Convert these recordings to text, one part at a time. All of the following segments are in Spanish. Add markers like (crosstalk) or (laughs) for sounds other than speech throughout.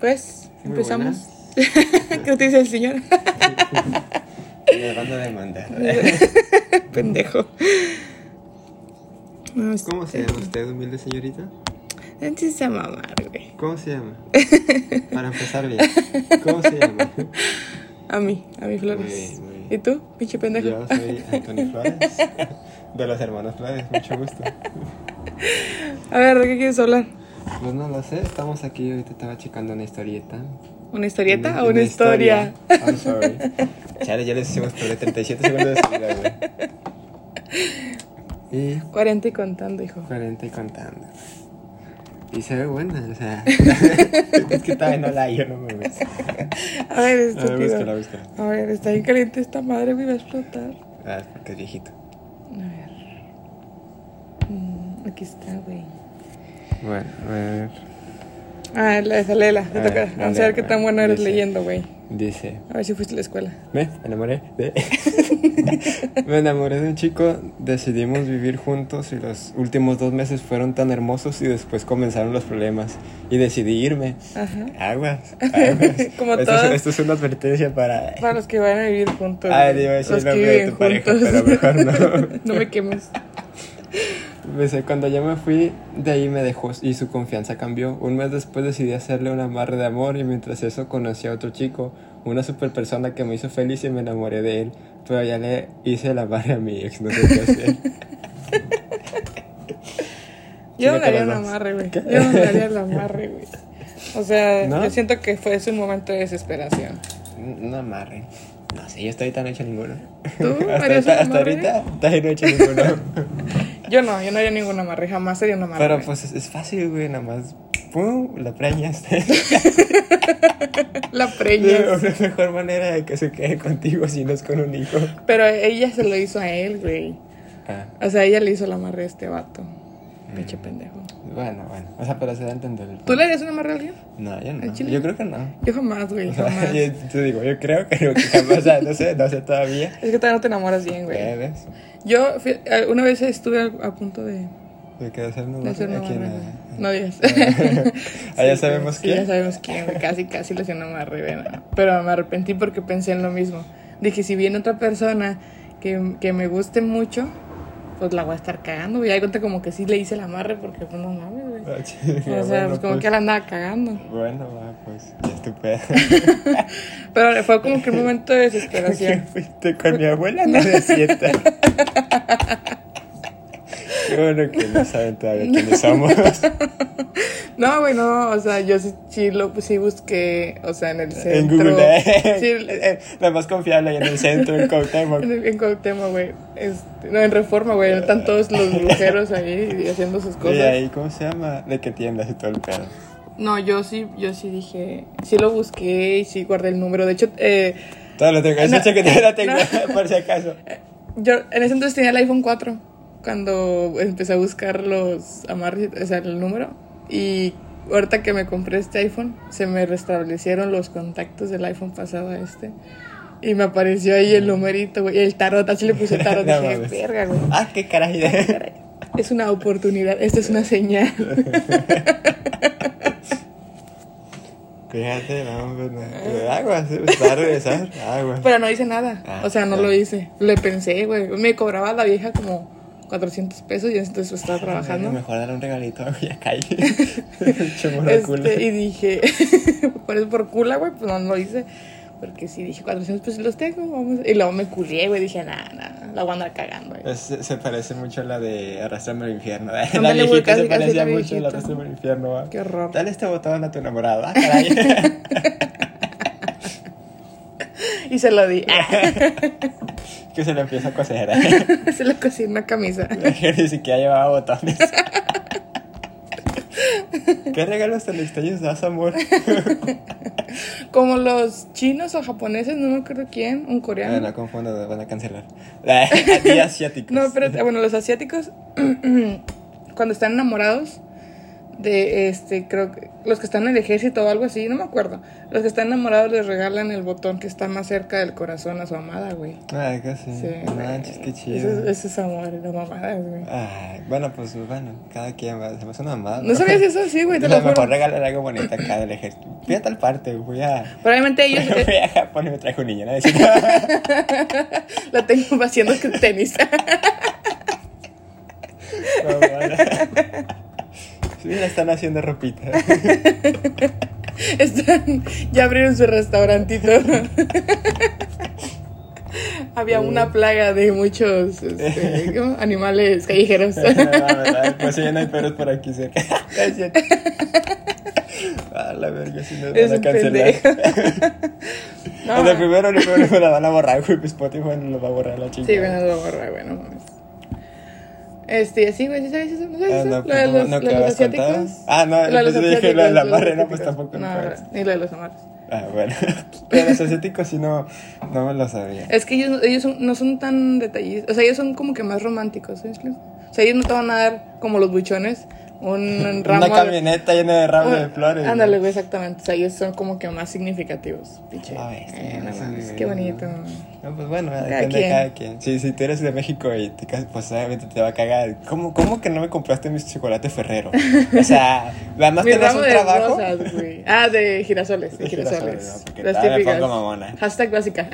Pues, Muy empezamos. (laughs) (laughs) ¿Qué te dice el señor? Me van a (laughs) demandar. Pendejo. No, ¿Cómo se llama usted, humilde señorita? Antes se llama güey. ¿Cómo se (laughs) llama? Para empezar bien. ¿Cómo se llama? A mí, a mí Flores. bien, muy bien. ¿Y tú, pinche pendejo? Yo soy Antonio Flores, de los hermanos Flores, mucho gusto. (laughs) A ver, ¿de qué quieres hablar? Pues no lo sé, estamos aquí, ahorita estaba checando una historieta. ¿Una historieta o una historia? I'm (laughs) sorry. Chale, ya les hicimos por 37 segundos de salida, güey. (laughs) Y 40 y contando, hijo. 40 y contando. Y se ve buena, (laughs) o sea. es que todavía no la hay, yo no me ves. A ver, (laughs) A ver, búscala, estúpido. búscala. A ver, está bien caliente esta madre, me va a explotar. Ah, es porque es viejito. A ver. Mm, aquí está, güey. Bueno, a ver. Ah, la, esa léela, te A toca. ver, Vamos dale, a ver qué a tan ver, bueno eres dice. leyendo, güey. Dice. A ver si fuiste a la escuela. Me enamoré de. (laughs) me enamoré de un chico, decidimos vivir juntos y los últimos dos meses fueron tan hermosos y después comenzaron los problemas y decidí irme. Ajá. (laughs) Aguas, aguas. Como esto, todos. es, esto es una advertencia para. Para los que van a vivir juntos. Ay, güey. Ah, iba a decir los el que nombre de viven tu pareja, juntos. pero mejor no. (laughs) no me quemes. Dice, Pues, eh, cuando yo me fui, de ahí me dejó y su confianza cambió. Un mes después decidí hacerle un amarre de amor y mientras eso conocí a otro chico, una super persona que me hizo feliz y me enamoré de él. Pero ya le hice el amarre a mi ex, no sé qué (laughs) hacer. Yo no Chécate le haría un las dos. amarre, güey. ¿Qué? Yo no le haría el amarre, güey. O sea, ¿No? yo siento que fue ese un momento de desesperación. Un amarre. No sé, yo hasta ahorita no he hecho ninguno. ¿Tú (laughs) hasta, harías un hasta- hasta amarre? ahorita todavía no he hecho (laughs) ninguno. Yo no, yo no haría ningún amarre, jamás haría un amarre. Pero güey. pues es, es fácil, güey, nada más. ¡Pum! La preñas. (laughs) (laughs) La De preñas. (laughs) una mejor manera de que se quede contigo si no es con un hijo. Pero ella se lo hizo a él, güey. Ah. O sea, ella le hizo el amarre a este vato. Mm. Pinche pendejo. Bueno, bueno. O sea, pero se da a entender. el ¿Tú punto. le harías un amarre a alguien? No, yo ¿Al no. chile? Yo creo que no. Yo jamás, (laughs) güey, O sea, jamás. yo te digo, yo creo que no, que jamás, o sea, no sé, no sé todavía. Es que todavía no te enamoras bien, güey. ¿Ves? Yo fui- eh, una vez estuve a- a punto de, Yo quiero hacer un de hacer una aquí amarre. nada. güey. (laughs) No digas. (laughs) Ah, ya Sí, sabemos sí, quién. ya sabemos quién, güey. Casi, casi le hice un amarre, güey, no. Pero me arrepentí porque pensé en lo mismo. Dije, si viene otra persona que, que me guste mucho, pues la voy a estar cagando, güey. Ahí cuenta como que sí le hice el amarre porque, pues, no mames, güey. Ah, chinga, O sea, bueno, pues como que la andaba cagando. Bueno, va, pues, ya es tu (laughs) pedo. Pero fue como que un momento de (laughs) ¿Qué desesperación. fuiste con mi abuela? No (laughs) me sienta. Qué bueno que no saben todavía (laughs) quiénes somos. No, güey, no, o sea, yo sí, sí lo pues, sí busqué, o sea, en el centro. En Google, (laughs) Sí, eh. La más confiable ahí en el centro, en Cuauhtémoc. en, en Cuauhtémoc, güey. Este, no, en Reforma, güey, están todos los brujeros ahí y haciendo sus Y cosas. ahí, ¿cómo se llama? De que tiendas y todo el pedo. No, yo sí, yo sí dije, sí lo busqué y sí guardé el número. De hecho, eh, Todo lo tengo, es No, el que tiene la tengo, no. (laughs) por si acaso. yo en ese entonces tenía el iPhone 4 cuando empecé a buscar los amarres, o sea, el número. Y ahorita que me compré este iPhone, se me restablecieron los contactos del iPhone pasado a este. Y me apareció ahí el numerito, güey. y El tarot, así le puse tarot. Mm. (laughs) No dije, mames. verga, güey. Ah, qué (laughs) carajo. Es una oportunidad, esta es una señal. Fíjate, no, pues, no. Agua, sí, pues, va a regresar. Agua. Pero no hice nada. Ah, o sea, no ya. lo hice. Le pensé, güey. Me cobraba la vieja como 400 pesos y entonces estaba trabajando. Mejor darle un regalito a ya caí. (laughs) Chumor al culo. Este, y dije, (laughs) ¿cuál es por cula, güey? Pues no, no lo hice. Porque sí dije 400 pesos los tengo. Vamos. Y luego me culé, güey. Dije, nada, nada. La voy a andar cagando, güey. Es- se parece mucho a la de Arrastrame al infierno. (laughs) la Ándale, güey, viejita casi- se casi la parecía mucho a viejita. la Arrastrame al infierno. ¿va? Qué horror. Dale este botón a tu enamorada. Ah, caray. (laughs) (laughs) Y se lo di. (laughs) que se le empieza a coser. ¿eh? se lo cosí en una camisa. Que Ni siquiera (laughs) llevaba botones. ¿Qué regalos tan extraños das, amor? Como los chinos o japoneses, no me acuerdo quién, un No, coreano. Ah, no confundo, van a cancelar. Ah, (laughs) A ti (clears throat) asiáticos. No, pero bueno, los asiáticos, cuando están enamorados, de este, creo que los que están en el ejército o algo así, no me acuerdo. Los que están enamorados les regalan el botón que está más cerca del corazón a su amada, güey. Ah, casi. Sí, no güey. manches, qué chido. Eso, es- eso es amor, la mamada, güey. Ay, bueno, pues bueno, cada quien va. Se me hace una mamada. No (laughs) sabías eso, sí, güey, te A lo lo mejor juro. regalar algo bonito acá del ejército. Fui a tal parte, voy (laughs) a. Probablemente ellos (laughs) Voy eh, a Japón y me traje un niño. ¿no? (laughs) Así que- la tengo (laughs) haciendo que tenis. (laughs) Sí, la están haciendo ropita. Están, ya abrieron su restaurantito. Había una plaga de muchos este, ¿cómo? animales (laughs) callejeros. (laughs) No, la verdad, Pues ya no hay perros por aquí cerca. Es cierto. A Ah, la verga, si nos Es van a un cancelar. pendejo. (laughs) Ah. o sea, No, primero ni primero me la van a borrar, güey. Pues Spotify no lo va a borrar la Ah, chica. sí, bueno, lo borré, bueno, mames. Este, sí, güey, ¿sí sabes eso? ¿No sabes Ah, eso? no, Lo de pues, los, no, lo que de los habías contado. asiáticos. Ah, no, Lo de los entonces yo dije lo de asiáticos, la los barra, no, pues asiáticos. tampoco No, puedes. ni lo de los amares. Ah, bueno. (laughs) Pero los asiáticos sí no, no me lo sabía. Es que ellos, ellos son- no son tan detallistas. O sea, ellos son como que más románticos. ¿sí? me explico? O sea, ellos no te van a dar, como los buchones, (laughs) un ramo. Una camioneta llena de ramos de un- flores. güey. Ándale, güey, exactamente. O sea, ellos son como que más significativos. Pinche. A ver, sí, Eh, no sí, mames, sí, qué sí. bonito. No, pues bueno, Cada depende de quien. cada quien. Sí, si tú eres de México y te casas, pues obviamente te va a cagar. ¿Cómo, cómo que no me compraste mis chocolates Ferrero? O sea, además Mi tenías ramo un de trabajo. rosas, güey. Ah, de girasoles. De De girasoles. girasoles, ¿no? Porque Las todavía me típicas. pongo mamona. ¿eh? Hashtag (laughs) básica.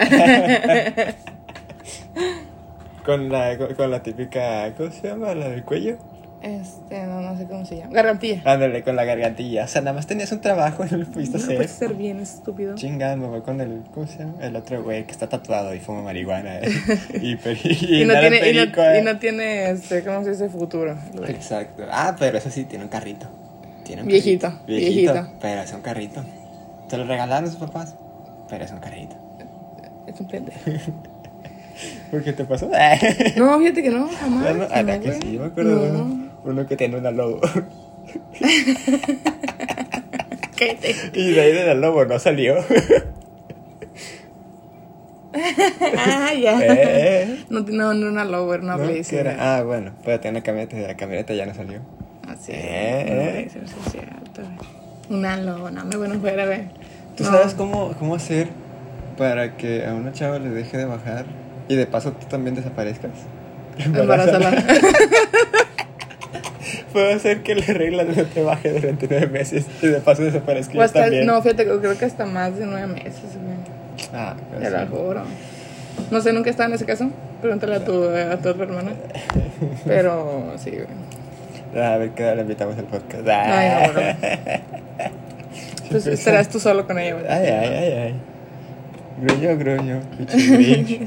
Con la, con, con la típica, ¿cómo se llama? La del cuello. este, no, no sé cómo se llama. Garrampilla. Ándale, con la gargantilla. O sea, nada más tenías un trabajo y no lo pudiste No pues. hacer. puedes ser bien estúpido. Chingada, me voy con el, ¿cómo se llama? El otro güey que está tatuado y fuma marihuana. (laughs) eh. Y, peri- y, Y no, nada de tiene, y, perico, no, eh. y no tiene, este, ¿cómo se dice? Futuro. güey. Exacto. Ah, pero eso sí, tiene un carrito. Tiene un Viejito, carrito. Viejito, viejito. Pero es un carrito. Te lo regalaron sus papás, pero es un carrito. Es un pendejo. ¿Por qué te (laughs) pasó? No, fíjate que no, jamás. Bueno, a la no, que güey. sí, yo me acuerdo de No. uno, uno que tenía una lobo. (laughs) Cállate. (laughs) Y de ahí de la lobo no (laughs) salió. Ah, ya. ¿Eh? No, no, no una lover, una ¿No? ¿Qué blazer. era? Ah, bueno, pero tenía una camioneta y de la camioneta ya no salió. Así Eh, Una eh. blazer, sí, es cierto. Una lover, no me bueno fuera, güey. ¿Tú No. sabes cómo, cómo hacer para que a una chava le deje de bajar y de paso tú también (laughs) desaparezcas? (laughs) Embarázala. (laughs) Puedo hacer que la regla no te baje durante nueve meses y de paso desaparezca O yo hasta- también. no, fíjate, creo creo que hasta más de nueve meses, güey. Ah, pues Te lo sí. juro. No sé, nunca estaba en ese caso. Pregúntale a tu, a tu otra (laughs) hermana. Pero sí, güey. Ah, A ver, qué le invitamos al podcast. Ay, Ah. (laughs) no, Pues estarás tú solo con ella, güey. Ay, ay, ay, ay. Gruño, gruño, (laughs) pichigrinch. (laughs)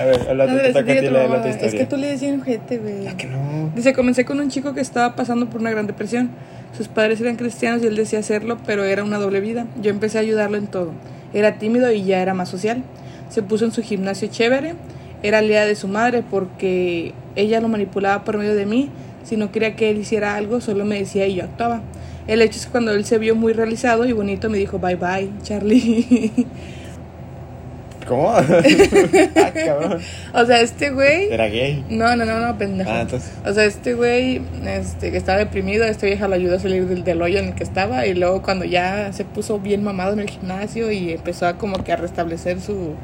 A ver, a la No, otra pero te sí, toca a ti dígate, la de la mamá, otra historia. Es que tú lees bien ojete, güey. Ah, que no. Dice, comencé con un chico que estaba pasando por una gran depresión. Sus padres eran cristianos y él decía hacerlo, pero era una doble vida. Yo empecé a ayudarlo en todo. Era tímido y ya era más social. Se puso en su gimnasio chévere. Era aliada de su madre porque ella lo manipulaba por medio de mí. Si no quería que él hiciera algo, solo me decía y yo actuaba. El hecho es que cuando él se vio muy realizado y bonito, me dijo, bye bye, Charlie. (laughs) ¿Cómo? (laughs) ah, cabrón. o sea, este güey... Era gay. No, no, no, no, pendejo. Eh. Ah, entonces. O sea, este güey este, que estaba deprimido, esta vieja lo ayudó a salir del, del hoyo en el que estaba y luego cuando ya se puso bien mamado en el gimnasio y empezó a como que a restablecer su,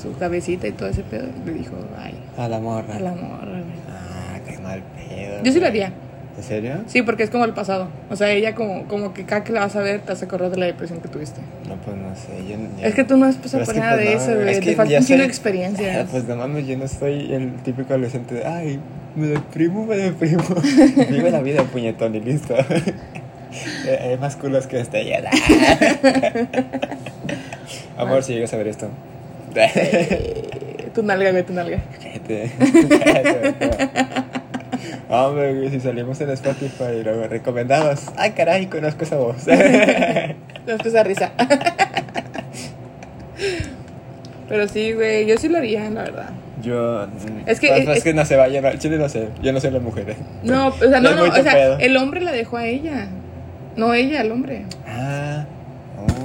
su cabecita y todo ese pedo, le dijo, ay, A la morra. a la morra. güey". Ah, qué mal pedo. Yo sí lo güey. haría, ¿En serio? sí, porque es como el pasado. O sea, ella como, como que cada que la vas a ver te vas a acordar de la depresión que tuviste. No, pues no sé. Yo, yo- Es que tú no has pasado Pero es por que, nada pues, de no, eso, güey. es Te que falta ya un chingo de soy- Ah, (laughs) experiencias. Pues no mames, yo no soy el típico adolescente de, ay, me deprimo, (laughs) me deprimo. Vive la vida, puñetón, y listo. Eh, Hay más culos que (laughs) estrellas. Amor, si llegas a ver esto. Pues, (laughs) Eh, tu nalga, güey, tu nalga. Cállate. (laughs) Cállate. Hombre, güey, si salimos en Spotify y lo recomendamos. Ay, caray, conozco esa voz. (laughs) Después a risa. Pero sí, güey, yo sí lo haría, la verdad. Yo. mm, Es que- pues, es- pues, es- que no se va, yo no, chile no sé, yo no soy la mujer. eh. No, o sea, No no, es no, muy o tu sea, pedo. el hombre la dejó a ella. No ella, el hombre. Ah,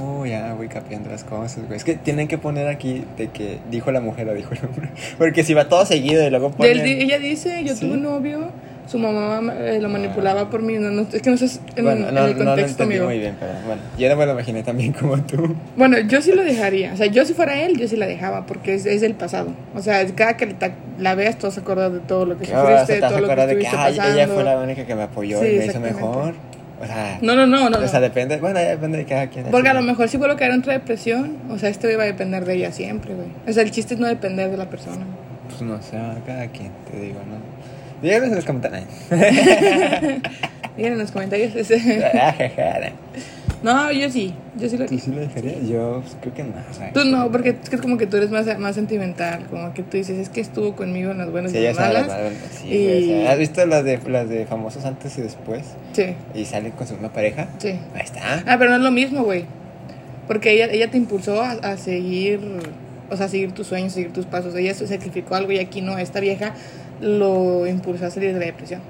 oh, ya voy capeando las cosas, güey. Es que tienen que poner aquí de que (laughs) dijo la mujer o dijo el hombre. Porque si va todo seguido y luego Del- ponen... di- ella dice, yo Sí. Ah. tuve un novio su mamá eh, lo manipulaba por mí. No, no, es que no sé si- en, bueno, en no, el no lo contexto, entendí amigo. muy bien, pero bueno, yo no me lo imaginé también como tú. Bueno, yo sí lo dejaría. O sea, yo si fuera él, yo sí la dejaba porque es, es del pasado. O sea, es- cada que la, la veas, tú vas a acordar de todo lo que Ahora sufriste, Ah, se de te hace todo lo que acordar de que estuviste "Ay, ella pasando. fue la única que me apoyó Sí, y me hizo exactamente. mejor. O sea, No, no, no, no. o no. sea, depende, bueno, ya depende de cada quien. Porque a lo mejor si vuelvo a caer en otra depresión, o sea, esto iba a depender de ella siempre, güey. O sea, el chiste es no depender de la persona. Pues no sé, cada quien, te digo, ¿no? Díganos en (laughs) los (laughs) comentarios. Miren en los comentarios. ese- (laughs) No, yo sí, yo sí lo ¿Tú sí lo dejarías? Yo pues, creo que no. o sea, Tú no, porque es que como que tú eres más, más sentimental, como que tú dices, es que estuvo conmigo en las buenas Sí, y ya las saben las malas. malas. Sí, güey, o sea, Y- ¿Has visto las de, las de famosos antes y después? Sí, Y salen con su misma pareja. sí. Ahí está. Ah, pero no es lo mismo, güey. Porque ella, ella te impulsó a, a seguir, o sea, a seguir tus sueños, seguir tus pasos. Ella se sacrificó algo y aquí no. Esta vieja lo impulsó a salir de la depresión.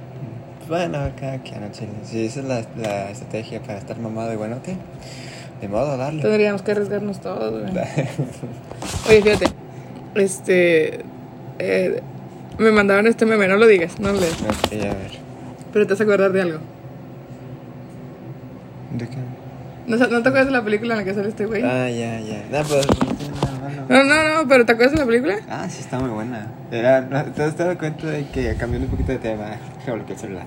Pues, Bueno, cada quien, no chile. Si esa es la, la estrategia para estar mamado y buenote, de modo a darle. (laughs) Tendríamos que arriesgarnos todos, güey. Oye, fíjate, este. eh, me mandaron este meme, no lo digas, no lo leas. ok, a ver. Pero te vas a acordar de algo. ¿De qué? ¿No, sa- no te acuerdas de la película en la que sale este güey? Ah, ya, ya. No, pues. no tiene nada malo. No, no, no, pero ¿te acuerdas de la película? Ah, sí, está muy buena. Era, no, ¿Te has dado cuenta de que cambiando un poquito de tema, (laughs) que bloqueé el celular?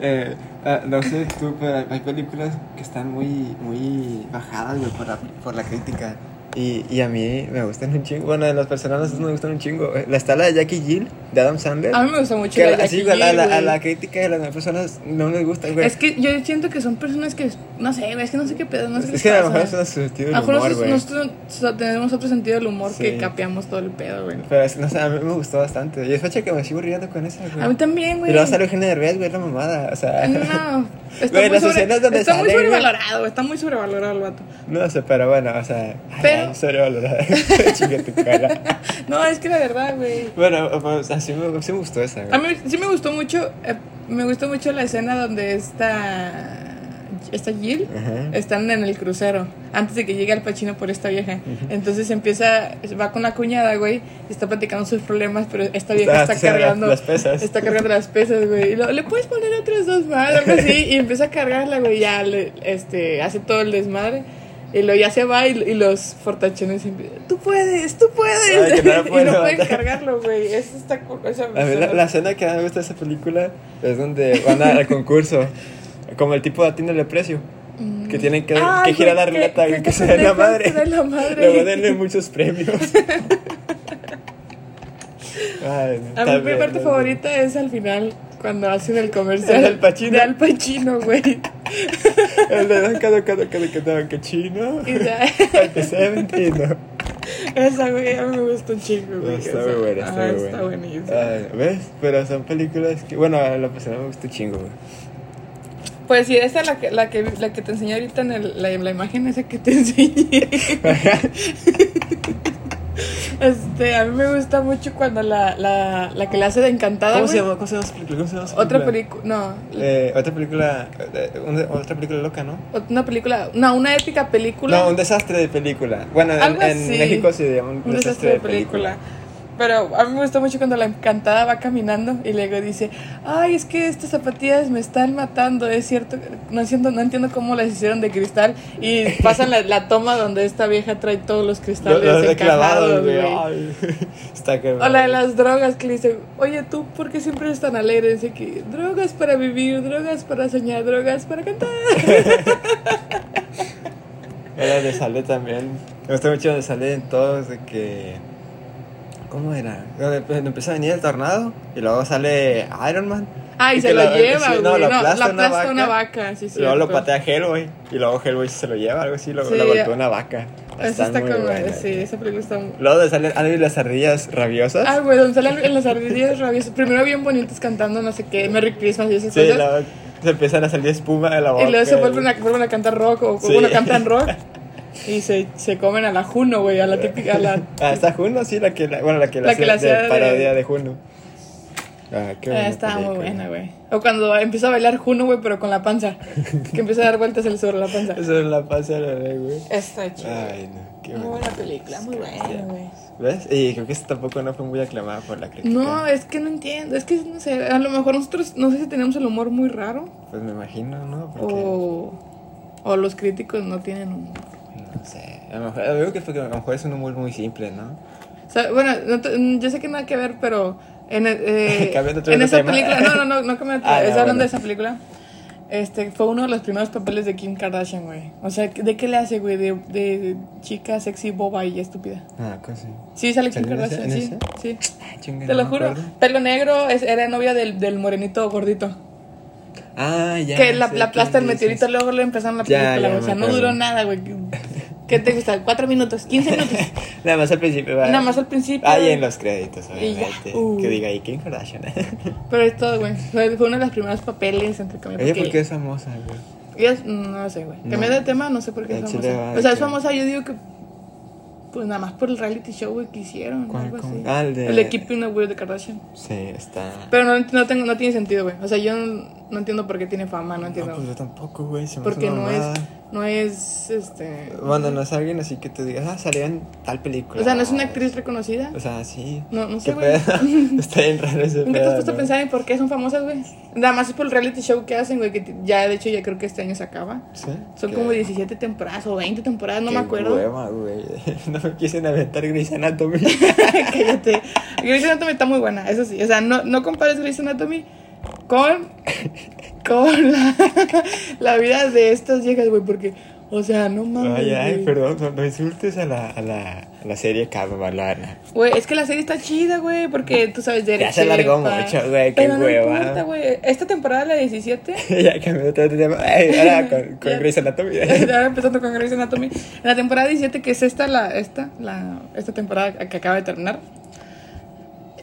eh, ah, no sé tú, pero hay- hay películas que están muy, muy bajadas, güey, por la, por la crítica. Y, y a mí me gustan un chingo. Bueno, de los personajes me gustan un chingo. Eh, La está la de Jackie Jill, de Adam Sandler. A mí me gusta mucho. que Ah, la a la- Jackie sí, güey, a, la, G, a la güey. crítica de las demás personas no les gusta, güey. Es que yo siento que son personas que, no sé, es que no sé qué pedo, no sé qué Es que a les lo mejor pasa. eso es su sentido A del lo mejor humor, nosotros, güey. nosotros, o sea, tenemos otro sentido del humor Sí. que capeamos todo el pedo, güey. Pero es- no sé, a mí me gustó bastante. Y es fecha que me sigo riendo con esa, güey. A mí también, güey. Y luego sale Eugenio Derbez, güey, la mamada, o sea... (laughs) No, está, Güey, muy, las sobre- escenas donde está muy sale, güey. sobrevalorado, güey, está muy sobrevalorado el vato. (laughs) No sé, pero bueno, o sea... ay, Pero- ay, sobrevalorada. (laughs) Chinga tu cara. No, es que la verdad, güey. Bueno, pues así me, sí me gustó esa, A güey. mí sí me gustó mucho, eh, me gustó mucho la escena donde está, está Jill, Ajá. están en el crucero, antes de que llegue al Pachino por esta vieja. Entonces empieza, va con la cuñada, güey, y está platicando sus problemas, pero esta vieja está, Ah, sí, cargando... Las pesas. Está cargando las pesas, güey. Y luego, le puedes poner otras dos más, algo así. Y empieza a cargarla, güey. Ya le, este, hace todo el desmadre. Y luego ya se va y, y los fortachones empiezan. Tú puedes, tú puedes. Ay, que no la (laughs) y pueden no pueden levantar. cargarlo, güey. Eso está. cu- Esa, A mí la, la escena que más me gusta de esa película es donde van a- al concurso. Como el tipo atiéndole precio. Que tienen que, Mm. Ay, que güey, girar la ruleta, que- güey, que que, se den la pendejo, madre. se den la madre. Luego denle muchos premios. (laughs) Ay, no, A está mí mi bien, parte no, favorita es al final, cuando hacen el comercial. ¿El Al Pacino? De Al Pacino, güey. no. El de Don Cado, Cado, Cado, Cado, que chino. (laughs) Y ya, Que se (laughs) no. esa, güey, a mí me gustó un chingo, güey. Está O muy sea, buena, ah, está muy buena. Está buenísima. Ay, ¿Ves? Pero son películas que. Bueno, a la persona me gusta un (laughs) chingo, güey. Pues sí, esa es la que, la que, la que te enseñé ahorita en el- la, la imagen esa que te (laughs) enseñé. este, a mí me gusta mucho cuando la, la, la que la hace de encantada. ¿Cómo se güey. llama? ¿Cómo se llama esa película? ¿Cómo se llama esa Otra película, no. Eh, otra película. eh, una- otra película loca, ¿no? ot- Una película, no, una épica película. No, un desastre de película. Bueno, en, Algo en así. México se llama un, un desastre este, de película. Pero a mí me gustó mucho cuando la encantada va caminando y luego dice, ay, es que estas zapatillas me están matando, es cierto, no, siento, no entiendo cómo las hicieron de cristal (laughs) y pasan la, la toma donde esta vieja trae todos los cristales Los, los encajados, declarados, güey. güey. Ay, (laughs) Está que. O la de las drogas que le dice, oye tú, ¿por qué siempre eres tan alegre? Dice que drogas para vivir, drogas para soñar, drogas para cantar. Era de Sale también. Me gusta mucho donde sale en todos de que. ¿Cómo era? Donde empe- donde empieza a venir el tornado y luego sale Iron Man. Ay, Y se que lo la- lleva, sí, güey. no, no, la la aplasta aplasta una vaca. una vaca, sí, sí. Luego lo patea Hellboy y luego Hellboy se lo lleva, algo así, lo, Sí, lo golpea una vaca. Esa está muy como, buenas. sí, esa película está muy... Luego donde salen Annie y las ardillas rabiosas. Ah, güey, donde salen en las ardillas rabiosas. Primero bien bonitas cantando, no sé qué, Merry Christmas y esas sí, cosas. luego se empiezan a salir espuma de la boca. y luego se vuelven a, vuelven a cantar rock o Sí. bueno, (laughs) cantan rock. Y se, se comen a la Juno, güey, a la típica, a la... Ah, está Juno, sí, la que la, bueno, la que la, La que la hacía de de- parodia de, Juno. Ah, qué Ah, buena estaba muy película. buena, güey. O cuando empieza a bailar Juno, güey, pero con la panza. Que empieza a dar vueltas el sobre la panza. Eso es la pasa de la ley, güey. Está chido. Ay, no, qué muy buena. buena película, muy buena, güey. ¿Ves? Y creo que esta tampoco no fue muy aclamada por la crítica. No, eh. es que no entiendo, es que no sé, a lo mejor nosotros, no sé si tenemos el humor muy raro Pues me imagino, ¿no? Porque, o, o los críticos no tienen humor. No sé. A lo mejor, yo creo que fue que a lo mejor es un humor muy simple, ¿no? O sea, bueno, no te- mm, yo sé que nada que ver, pero en, el- eh, (laughs) Cambiando otra vez en de esa tema. película, no, no, no, no cambiando, (laughs) Ah, ya, es hablando bueno. de esa película. Este, fue uno de los primeros papeles de Kim Kardashian, güey. O sea, ¿de qué le hace, güey? De, de chica sexy, boba y estúpida. Ah, casi. Sí, sale Kim ¿Salió en ese- Kardashian, en sí, sí. Ah, chinga, Te no lo me juro. acuerdo. Pelo negro, es- era novia del, del morenito gordito. Ah, ya. que la, sé la aplasta el quién dices. meteorito, luego le empezaron la Ya, película, ya güey. me o sea, no acuerdo. duró nada, güey. ¿Qué te gusta? ¿Cuatro minutos? ¿15 (laughs) minutos? Nada más al principio. va. Nada más al principio. Ah, y en los créditos, Y ya, obviamente. uh. Que diga ahí Kim (laughs) Kardashian. Oye, Pero es todo, güey. Fue, fue uno de los primeros papeles, entre comillas. ¿por qué es famosa, güey? ella es- mm, no sé, güey. No. Cambiando de tema, no sé por qué es En famosa. Chile va de o sea, es que- famosa, yo digo que. Pues nada más por el reality show, güey, que hicieron. ¿Cuál- algo cómo? así. Ah, el de- El de Keeping Up with the Kardashian. Sí, está. Pero no, ent- no, tengo, no tiene sentido, güey. O sea, yo no, no entiendo por qué tiene fama, no No, entiendo. pues yo tampoco, güey. se me hace porque una no es. mamada. No es. Este. Bueno, no es alguien así que tú digas, ah, salió en tal película. o sea, no es una actriz reconocida. O sea, sí. No, no sé, ¿Qué güey. (laughs) pedo? está bien raro ese Nunca te has pedo, puesto a ¿no? pensar en por qué son famosas, güey. Nada más es por el reality show que hacen, güey, que t- ya, de hecho, ya creo que este año se acaba. ¿Sí? Son ¿Qué? como 17 temporadas o 20 temporadas, no me Qué acuerdo. (laughs) hueva, güey. (laughs) No me quisen aventar Grey's Anatomy. Cállate. Grey's Anatomy está muy buena, eso sí. O sea, no, no compares Grey's Anatomy con, con la, (laughs) la vida de estas viejas, güey, porque, o sea, (laughs) no mames. ay, ay, güey. perdón, no, no insultes a la, a la, a la serie Cabalana. (laughs) Güey, es que la serie está chida, güey, porque tú sabes de Ya se alargó mucho, güey, qué Pero no hueva. importa, güey. Esta temporada, la 17, ya cambió todo el tema. Ay, ahora con, (laughs) Ya. con Grey's Anatomy. (laughs) Ahora empezando con Grey's Anatomy. En la temporada 17, que es esta, la, esta, la, esta temporada que acaba de terminar,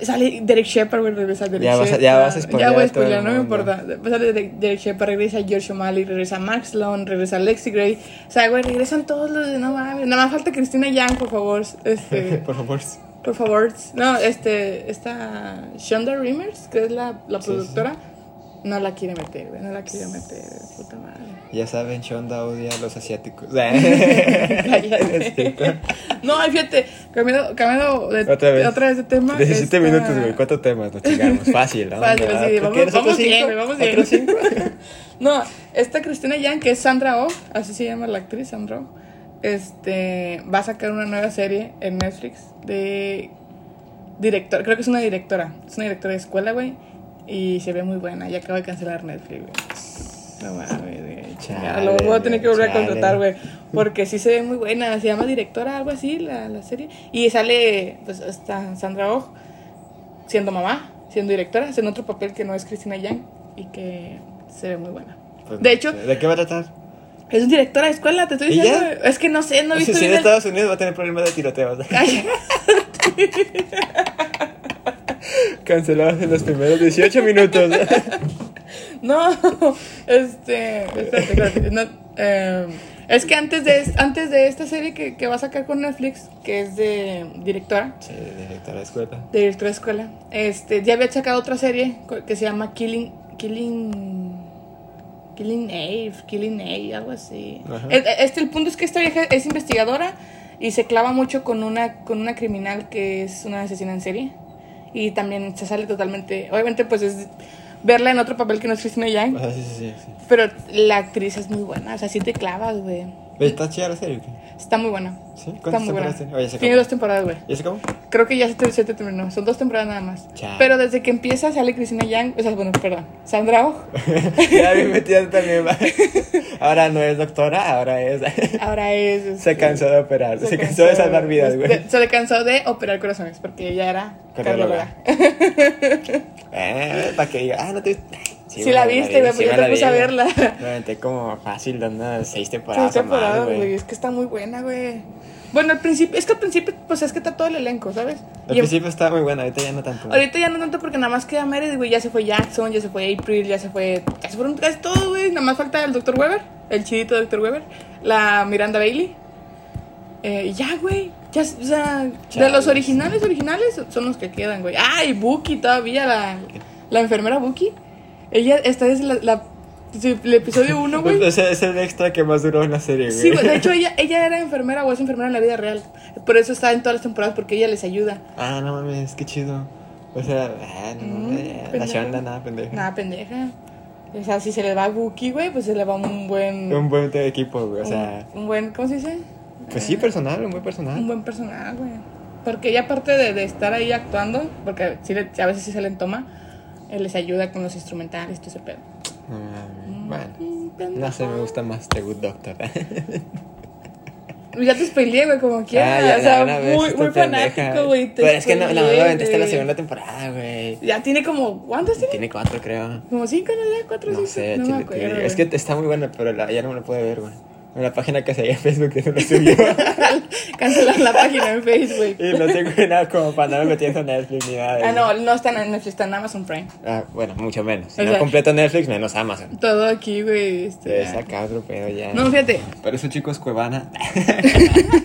sale Derek Shepard, güey, regresa Derek Ya vas a- Shepard. ya vas a spoilear Ya voy a a todo el spoilear, no me mundo. importa. Sale Derek, Derek Shepard, regresa George O'Malley, regresa Max Sloan, regresa Lexi Gray. O sea, güey, regresan todos los de no mames. Nada más falta Cristina Yang, por favor. (laughs) Este, Por favor. sí. por favor. No, este, esta Shonda Rhimes, que es la, la Sí, sí, sí. productora, no la quiere meter, güey, no la quiere meter, puta madre. Ya saben, Shonda odia a los asiáticos. (laughs) Este, Cállate. (laughs) No, ay, fíjate, cambiando, cambiando de, Otra vez. de este tema. 17 esta- minutos, güey. ¿Cuántos temas nos chingamos? Fácil, ¿no? Fácil, ¿Verdad? sí, ¿Tú vamos- quieres vamos otros bien, cinco? güey, vamos bien. ¿Otros cinco? No, esta Cristina Yang, que es Sandra Oh, así se llama la actriz, Sandra Oh, este, va a sacar una nueva serie en Netflix de director, creo que es una directora, es una directora de escuela, güey, y se ve muy buena, ya acaba de cancelar Netflix, güey. No mames, güey, chingada, lo voy a Chale, tener que volver chale. a contratar, güey, porque sí se ve muy buena, se llama directora, algo así, la, la serie, y sale, pues, está Sandra Oh siendo mamá, siendo directora, en otro papel que no es Cristina Yang y que se ve muy buena. Pues, De hecho, ¿de qué va a tratar? Es directora de escuela, te estoy ¿Y diciendo. ya? Es que no sé, (laughs) no he O sea, visto si en bien el- Estados Unidos va a tener problemas de tiroteos. (laughs) Ay, Cancelados en los primeros 18 (laughs) minutos. No, (laughs) este. espérate, espérate, no, eh, es que antes de, es- antes de esta serie que, que va a sacar con Netflix, que es de directora, sí, directora de escuela. de directora de escuela, este, ya había sacado otra serie co- que se llama Killing. Killing. Killing Eve, Killing Eve, algo así. Ajá. E- e- Este, el punto es que esta vieja es investigadora y se clava mucho con una, con una criminal que es una asesina en serie. Y también se sale totalmente. Obviamente, pues es verla en otro papel que no es Christina Yang. O sea, sí, sí, sí. sí. Pero la actriz es muy buena, o sea, sí te clavas, güey. ¿Está chida la serie? o qué? Está muy buena. ¿Sí? Está ¿Cuántas muy buena. temporadas tiene? Oye, se Tiene acabó. dos temporadas, güey. ¿Ya se acabó? Creo que ya se, te- se te terminó. Son dos temporadas nada más. Chale. Pero desde que empieza sale Cristina Yang. O sea, bueno, perdón. Sandra Oh. (laughs) (laughs) ya bien metida también. va. Ahora no es doctora, ahora es. (laughs) Ahora es. este, se cansó de operar, se, cansó de salvar vidas, güey. de- se le cansó de operar corazones porque ella era Cardióloga. cardióloga. Eh, para que diga, ah, no te viste. Sí, la viste, güey, pues yo te puse a verla. Me aventé como fácil de unas seis temporadas. Sí, o más, temporada, güey. güey. Es que está muy buena, güey. Bueno, al principio. Es que al principio, pues es que está todo el elenco, ¿sabes? Al Y- principio estaba muy buena, ahorita ya no tanto. Ahorita ya no tanto porque nada más queda Meredith, güey. Ya se fue Jackson, ya se fue April, ya se fue. Ya se fueron tres todo, güey. Nada más falta el Dr. Weber, el chidito Dr. Weber, la Miranda Bailey. Eh, y ya, güey. Ya, o sea, de Chale. los originales, originales son los que quedan, güey. Ah, y Buki todavía, la, la enfermera Buki. Ella, esta es la, la Sí, el episodio 1, güey. (laughs) Es, es el extra que más duró en la serie, güey. Sí, güey, de hecho ella, ella era enfermera o es enfermera en la vida real. Por eso está en todas las temporadas porque ella les ayuda. (laughs) Ah, no mames, qué chido. O sea, ah, no Mm, mames, la pendejo. Shonda, nada, pendeja. Nada, pendeja. O sea, si se le va a Buki, güey, pues se le va un buen. Un buen equipo, güey, o sea... un, un buen, ¿cómo se dice? Eh, Pues sí, personal, un buen Un personal. buen personal, güey. Porque ella, aparte de, de estar ahí actuando, porque sí le- a veces sí se le toma, él les ayuda con los instrumentales, todo ese pedo. No mames, bueno. Mm, pendejo. No sé, me gusta más The Good Doctor. (laughs) Ya te spoileé, güey, como quieras. Ah, ya, o sea, una vez, muy, esta muy fanático, pendeja. güey. te Pero es que no, no, spoileé, obviamente está en la güey. segunda temporada, güey. Ya tiene como, ¿cuántos tiene? Tiene cuatro, creo. Como cinco, ¿no? Ya cuatro, No cinco. sé, no chile, me te acuerdo. digo. güey. Es que está muy buena, pero la- ya no me la pude ver, güey. En la página que seguía en Facebook eso lo subió. Cancelaron la página en Facebook. (laughs) y no tengo nada como para andar metiendo Netflix ni nada. de Ah, eso. no, no está en Netflix, está en Amazon Prime. Ah, bueno, mucho menos. Si O no sea- completo Netflix, menos Amazon. Todo aquí, güey. Este, Te saca otro pedo ya. No, fíjate, Por eso, chicos, Cuevana. (laughs)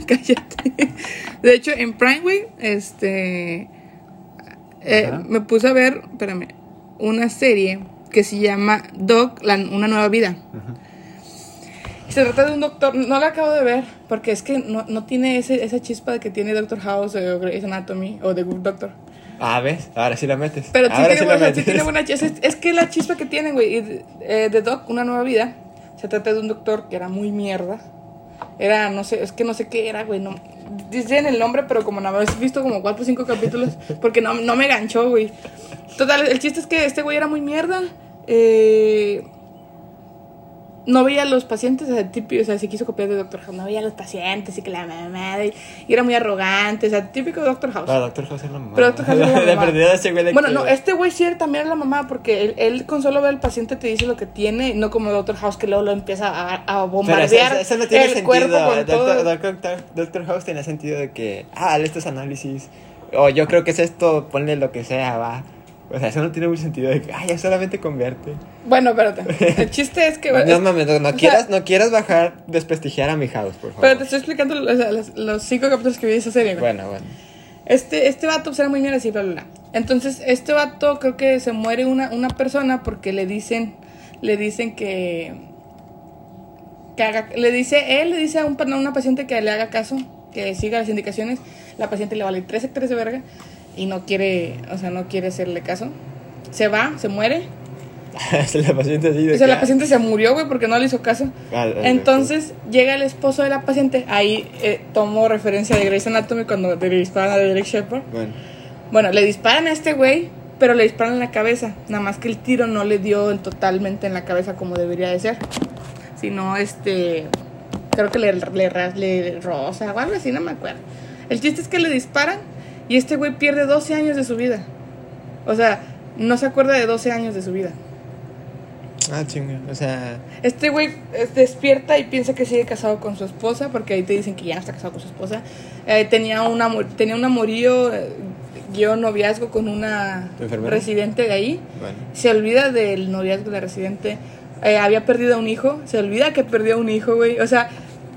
cállate. De hecho, en Prime, güey, este. eh, Ajá. me puse a ver, espérame, una serie que se llama Doc, la- una nueva vida. Se trata de un doctor, no la acabo de ver, porque es que no, no tiene ese, esa chispa de que tiene Doctor House o Grey's Anatomy o The Good Doctor. Ah, ¿ves? Ahora sí la metes. Pero sí Ahora tiene, buena, sí metes. tiene buena chispa. Es, es que la chispa que tienen, güey. y de- eh, de Doc, una nueva vida. Se trata de un doctor que era muy mierda. Era, no sé, es que no sé qué era, güey. No, dicen el nombre, pero como nada más he visto como cuatro o cinco capítulos, porque no, no me ganchó, güey. Total, el chiste es que este güey era muy mierda. Eh, no veía a los pacientes, o sea, típico, o sea, se quiso copiar de Doctor House. No veía a los pacientes y que la madre. Y era muy arrogante, o sea, típico Doctor House. Ah, Doctor José la mamá. Pues Pero Dr. (laughs) House es la La mamá. perdida de ese güey de Bueno, que- no, este güey sí era- también era la mamá, porque él, él con solo ver al paciente te dice lo que tiene, no como el Dr. House que luego lo empieza a, a Pero bombardear eso, eso- eso no tiene el sentido. eh, cuerpo con todo. Doctor, Doctor- Doctor House tiene sentido de que, ah, haz estos análisis. O yo creo que es esto, ponle lo que sea, va. O sea, eso no tiene mucho sentido de que, ah, ya solamente convierte. Bueno, espérate. El chiste es que... No mames, no, no o sea- quieras, no quieras bajar, desprestigiar a mi house, por favor. pero te estoy explicando o sea, los, los cinco capítulos que vi de esa serie. güey. Bueno, bueno. (laughs) Este, este vato pues, era muy mierda, así, bla, bla, bla. Entonces, este vato creo que se muere una, una persona porque le dicen, le dicen que, que haga, le dice, él le dice a, un, pa- a una paciente que le haga caso, que siga las indicaciones, la paciente le vale tres hectáreas de verga y no quiere, o sea, no quiere hacerle caso. Se va, se muere. se la paciente así de O sea, que, la paciente se murió, güey, porque no le hizo caso. ah, ah, ah, Entonces llega el esposo de la paciente, ahí eh, tomo referencia de Grey's Anatomy cuando le disparan a Derek Shepard. Bueno, Bueno, le disparan a este güey, pero le disparan en la cabeza. Nada más que el tiro no le dio en- totalmente en la cabeza como debería de ser. Sino, este. Creo que le, le, ras- le rosa o algo así, no me acuerdo. El chiste es que le disparan y este güey pierde 12 años de su vida. O sea, no se acuerda de 12 años de su vida. ah, chinga. O sea, Este güey eh, despierta y piensa que sigue casado con su esposa, porque ahí te dicen que ya no está casado con su esposa. Eh, tenía, un amor, tenía un amorío, eh, guión noviazgo con una ¿Enfermera? residente de ahí. bueno. Se olvida del noviazgo de la residente. Eh, había perdido a un hijo, se olvida que perdió a un hijo, güey. O sea,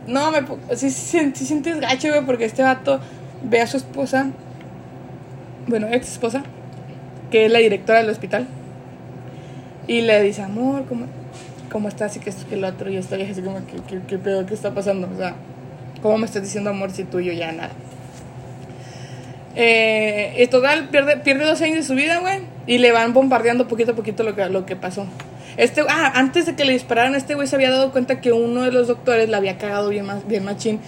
no, me, po- sí, sí, sí sientes gacho, güey, porque este vato ve a su esposa, bueno, ex esposa, que es la directora del hospital. Y le dice, amor, ¿cómo, cómo estás? Y que esto, que el otro. Y esta vieja así como, ¿qué, qué, qué pedo? ¿Qué está pasando? O sea, ¿cómo me estás diciendo amor si tú y yo ya nada? Eh, y total, pierde, pierde 12 años de su vida, güey. Y le van bombardeando poquito a poquito lo que, lo que pasó. Este, ah, antes de que le dispararan, este güey se había dado cuenta que uno de los doctores la había cagado bien, más, bien machín.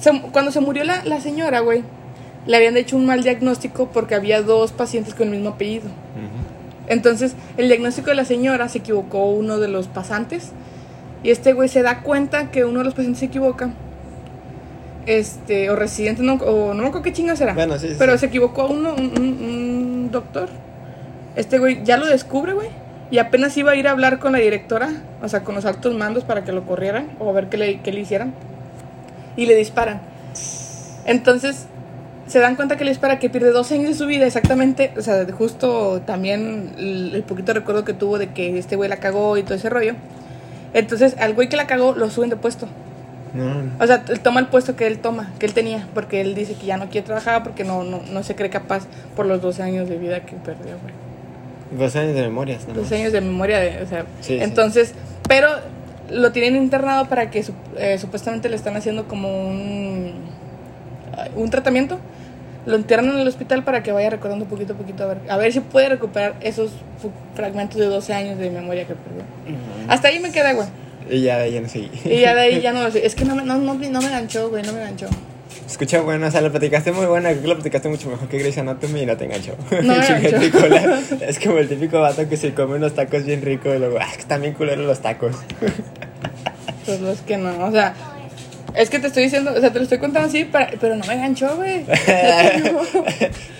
Se- cuando se murió la, la señora, güey, le habían hecho un mal diagnóstico porque había dos pacientes con el mismo apellido. Ujú. Entonces, el diagnóstico de la señora se equivocó uno de los pasantes. Y este güey se da cuenta que uno de los pacientes se equivoca. Este, o residente, no, o no me acuerdo qué chingo será. Bueno, sí, sí, Pero sí. se equivocó uno, un, un- un doctor. Este güey ya lo descubre, güey. Y apenas iba a ir a hablar con la directora, o sea, con los altos mandos para que lo corrieran o ver qué le, qué le hicieran. Y le disparan. Entonces, se dan cuenta que le dispara que pierde 12 años de su vida exactamente, o sea, justo también el el poquito recuerdo que tuvo de que este güey la cagó y todo ese rollo. Entonces, al güey que la cagó lo suben de puesto. No, no. O sea, él toma el puesto que él toma, que él tenía, porque él dice que ya no quiere trabajar porque no, no, no se cree capaz por los 12 años de vida que perdió, güey. Dos años de memorias, ¿no? Dos años de memoria, de- o sea, Sí, sí. entonces, pero lo tienen internado para que sup- eh, supuestamente le están haciendo como un, ay, un tratamiento. Lo internan en el hospital para que vaya recordando poquito a poquito a ver, a ver si puede recuperar esos fu- fragmentos de 12 años de memoria que perdió. Hasta ahí me quedé, güey. Y ya de ahí ya no seguí. Y ya de ahí ya no lo sé. Es que no me, no, no, no me ganchó, güey, no me ganchó. Escucha, bueno, o sea, lo platicaste muy buena, creo que lo platicaste mucho mejor que Grey's Anatomy y no te enganchó. No (laughs) me Chinga, enganchó. Nicola. Es como el típico vato que se come unos tacos bien ricos y luego, ah, que están bien culeros (laughs) los tacos. (laughs) Pues los que no, o sea, es que te estoy diciendo, o sea, te lo estoy contando así, para- pero no me ganchó, (laughs) güey. No te digo.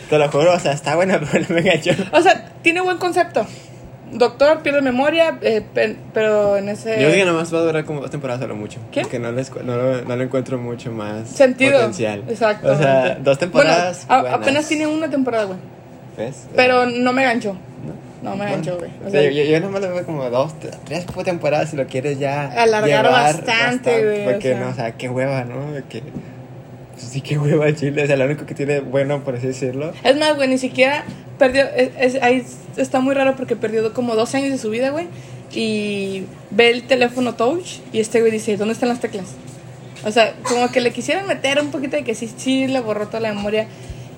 Te lo juro, o sea, está buena, (laughs) pero no me enganchó. O sea, tiene buen concepto. Doctor, pierde memoria, eh, pe- pero en ese... Yo creo que nomás va a durar como dos temporadas a lo mucho. ¿Qué? Porque no, les cu- no, lo- no lo encuentro mucho más Sentido. potencial. Exacto. O sea, dos temporadas. Bueno, a- buenas. apenas tiene una temporada, güey. ¿Ves? Pero no me ganchó. No me Bueno, ganchó, güey. O o sea, sea, yo, yo nomás lo veo como dos, t- tres temporadas si lo quieres ya. Alargar llevar bastante, güey, o Porque sea. no, o sea, qué hueva, ¿no? De Que, pues sí, qué hueva Chile. O sea, lo único que tiene bueno, por así decirlo. Es más, güey, ni siquiera perdió. es- es- ahí está muy raro porque perdió como dos años de su vida, güey. Y ve el teléfono touch y este güey dice: ¿Dónde están las teclas? O sea, como que le quisieron meter un poquito de que sí, sí, le borró toda la memoria.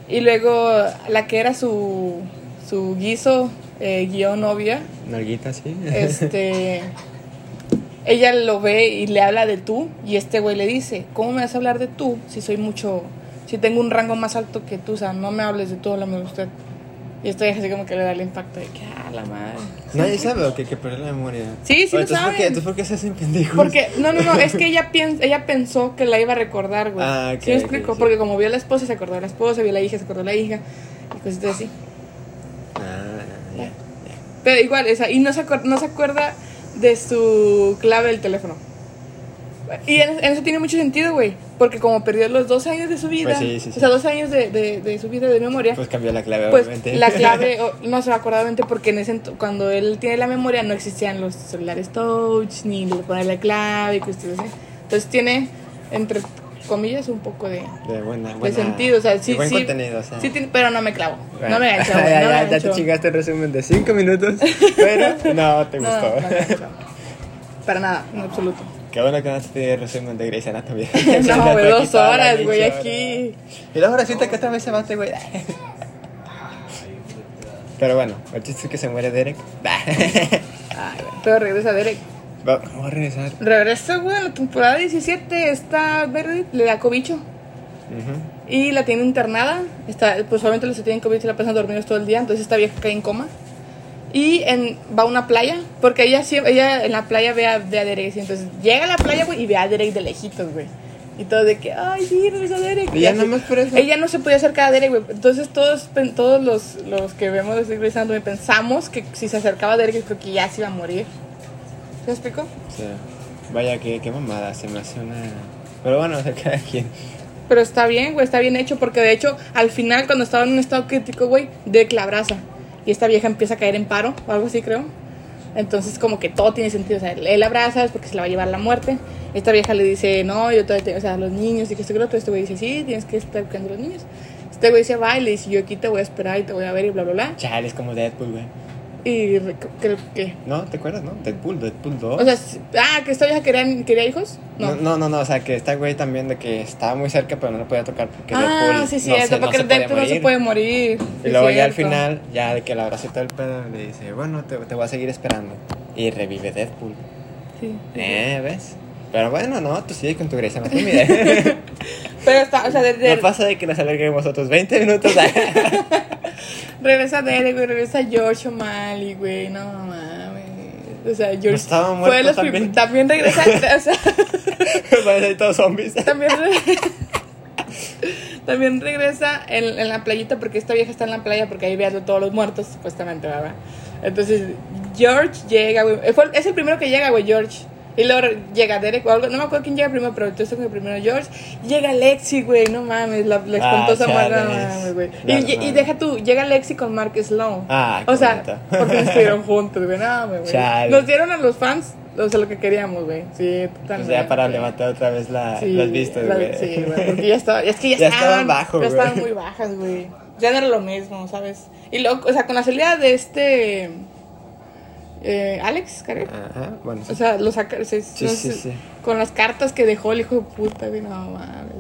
Y luego la que era su, su guiso, eh, guión novia, Nalguita, sí. este. ella lo ve y le habla de tú. Y este güey le dice: ¿Cómo me vas a hablar de tú si soy mucho. Si tengo un rango más alto que tú? O sea, no me hables de tú, háblame de usted. Y esto ya así como que le da el impacto de que, ah, la madre. (laughs) Nadie sabe o que, que perdió la memoria. Sí, sí Oye, lo entonces, ¿por qué, saben. entonces, ¿por qué se hacen pendejos? Porque, no, no, no, es que ella, piensa, ella pensó que la iba a recordar, güey. Ah, ok, ¿Sí me ok, explico? sí. Porque como vio a la esposa, se acordó de la esposa, vio a la hija, se acordó de la hija, y cositas así. Ah, ya. Pero igual, esa, y no se, acuer- no se acuerda de su clave del teléfono. Y en, en eso tiene mucho sentido, güey. Porque como perdió los dos años de su vida, Pues sí, sí, sí. o sea, dos años de, de, de su vida de memoria, Pues pues, cambió la clave, obviamente. la clave o- no se va a acordar, obviamente, porque en ese ento- cuando él tiene la memoria no existían los celulares touch, ni le poner la clave y cosas así. Entonces tiene, entre comillas, un poco de, (laughs) De buena, de buena- sentido. O sea, de sí, buen sí. contenido, o sea. sí tiene- pero no me clavo. No Bueno. me (laughs) ganchó, güey, ya, no me ya, ya te ganchó. chingaste el resumen de 5 minutos, (laughs) pero no te No, no, gustó. no, no. Para nada, en absoluto. Qué bueno que no te resumen de (laughs) Grey's Anatomy. (laughs) No, güey, dos horas, güey, Ahora. aquí. Y luego resulta que otra vez se mate, güey. Pero bueno, el chiste es que se muere Derek. Ay, güey. Pero regresa Derek. Va- Vamos a regresar. Regresa, güey, a la temporada 17. Está verde, le da cobicho. Ujú. Y la tiene internada. Está, pues obviamente los que tienen cobicho la pasan dormidos todo el día. Entonces esta vieja cae en coma. Y en, va a una playa. Porque ella, sie- ella en la playa ve a, ve a Derek. así, Entonces llega a la playa, güey, y ve a Derek de lejitos, güey. Y todo de que, ay, sí, regresa Derek. Y ya así. nada más por eso. Ella no se podía acercar a Derek, güey. Entonces todos, pen- todos los, los que vemos de Grey's Anatomy pensamos que si se acercaba a Derek, creo que ya se iba a morir. ¿Se me explico? O sea, vaya, qué, qué mamada, se me hace una. Pero bueno, (laughs) o sea, cada quien. Pero está bien, güey, está bien hecho porque de hecho al final cuando estaba en un estado crítico, güey, Derek la abraza. Y esta vieja empieza a caer en paro o algo así, creo. Entonces como que todo tiene sentido. O sea, él la abraza es porque se la va a llevar la muerte. Esta vieja le dice, no, yo todavía tengo, o sea, los niños y que esto y que lo otro. Este güey dice, sí, tienes que estar cuidando a los niños. Este güey dice, va, y le dice, yo aquí te voy a esperar y te voy a ver y bla, bla, bla. Chale, es como Deadpool, güey. Y re- creo que... No, ¿te acuerdas, no? Deadpool, Deadpool 2. O sea, si- ah, que esta vieja quería, quería hijos. No. No. no, no, no, o sea, que está güey también de que estaba muy cerca, pero no lo podía tocar porque ah, Deadpool sí, sí, no eso, se, no porque se el podía Deadpool no se morir. puede morir. Y sí, luego ya al cierto. final, ya de que la abraza y todo el pedo, le dice, bueno, te, te voy a seguir esperando. Y revive Deadpool. Sí. Eh, ¿ves? Pero bueno, no, tú sigue con tu Grey's (laughs) Anatomy. ¿eh? Pero está, o sea, de, de- no pasa de que nos alarguemos otros 20 minutos. (laughs) regresa Derek, güey, regresa George O'Malley, güey, no mames. O sea, George. estaba fue muerto de los prim- también. también regresa. (laughs) o sea, Van a ser todos zombies. también re- (laughs) También regresa en, en la playita porque esta vieja está en la playa porque ahí ve a todos los muertos, supuestamente, ¿verdad? Entonces, George llega, güey. Eh, fue- Es el primero que llega, güey, George. Y luego re- llega Derek o algo. No me acuerdo quién llega primero, pero entonces fue primero George. Llega Lexi, güey, no mames, la, la Ah, espantosa morra, no chales. mames, güey. No, Y, no, y no. deja tú, llega Lexi con Mark Sloan. Ah, qué O sea, bonito. (laughs) porque nos estuvieron juntos, güey, no, güey. Chale. Nos dieron a los fans, o sea, lo que queríamos, güey. Sí, (laughs) O totalmente. sea, para levantar otra vez la, Sí, Ah, las vistas, la- güey. Sí, güey, porque ya estaba, es que ya, Ya estaban bajo, ya güey. estaban muy bajas, güey. ya no era lo mismo, ¿sabes? Y luego, o sea, con la salida de este. eh, Alex, creo. (laughs) Ajá, bueno. O sea, lo saca, se- Sí, no sé, sí, sí. con las cartas que dejó el hijo de puta, güey, no mames.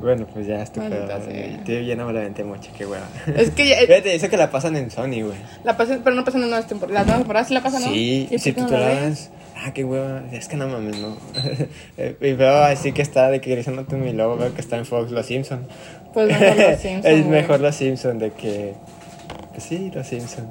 Bueno, pues ya es tu Maldita pedo. sea. Eh, Y Tío, ya no me la venté mucho, qué hueva. Es que ya- Fíjate, eso que la pasan en Sony, güey. la pasan, pero no pasan las nuevas temporadas, las nuevas temporadas sí la pasan, ¿no? Sí, ¿Y si por tú qué te no la la ves? das, ah, qué hueva, es que no mames, no. (laughs) Eh, y veo así que está de que Grey's Anatomy y luego veo que está en Fox Los Simpson. Pues mejor (laughs) (laughs) los Simpsons. es güey. mejor Los Simpson de que... pues sí, Los Simpson.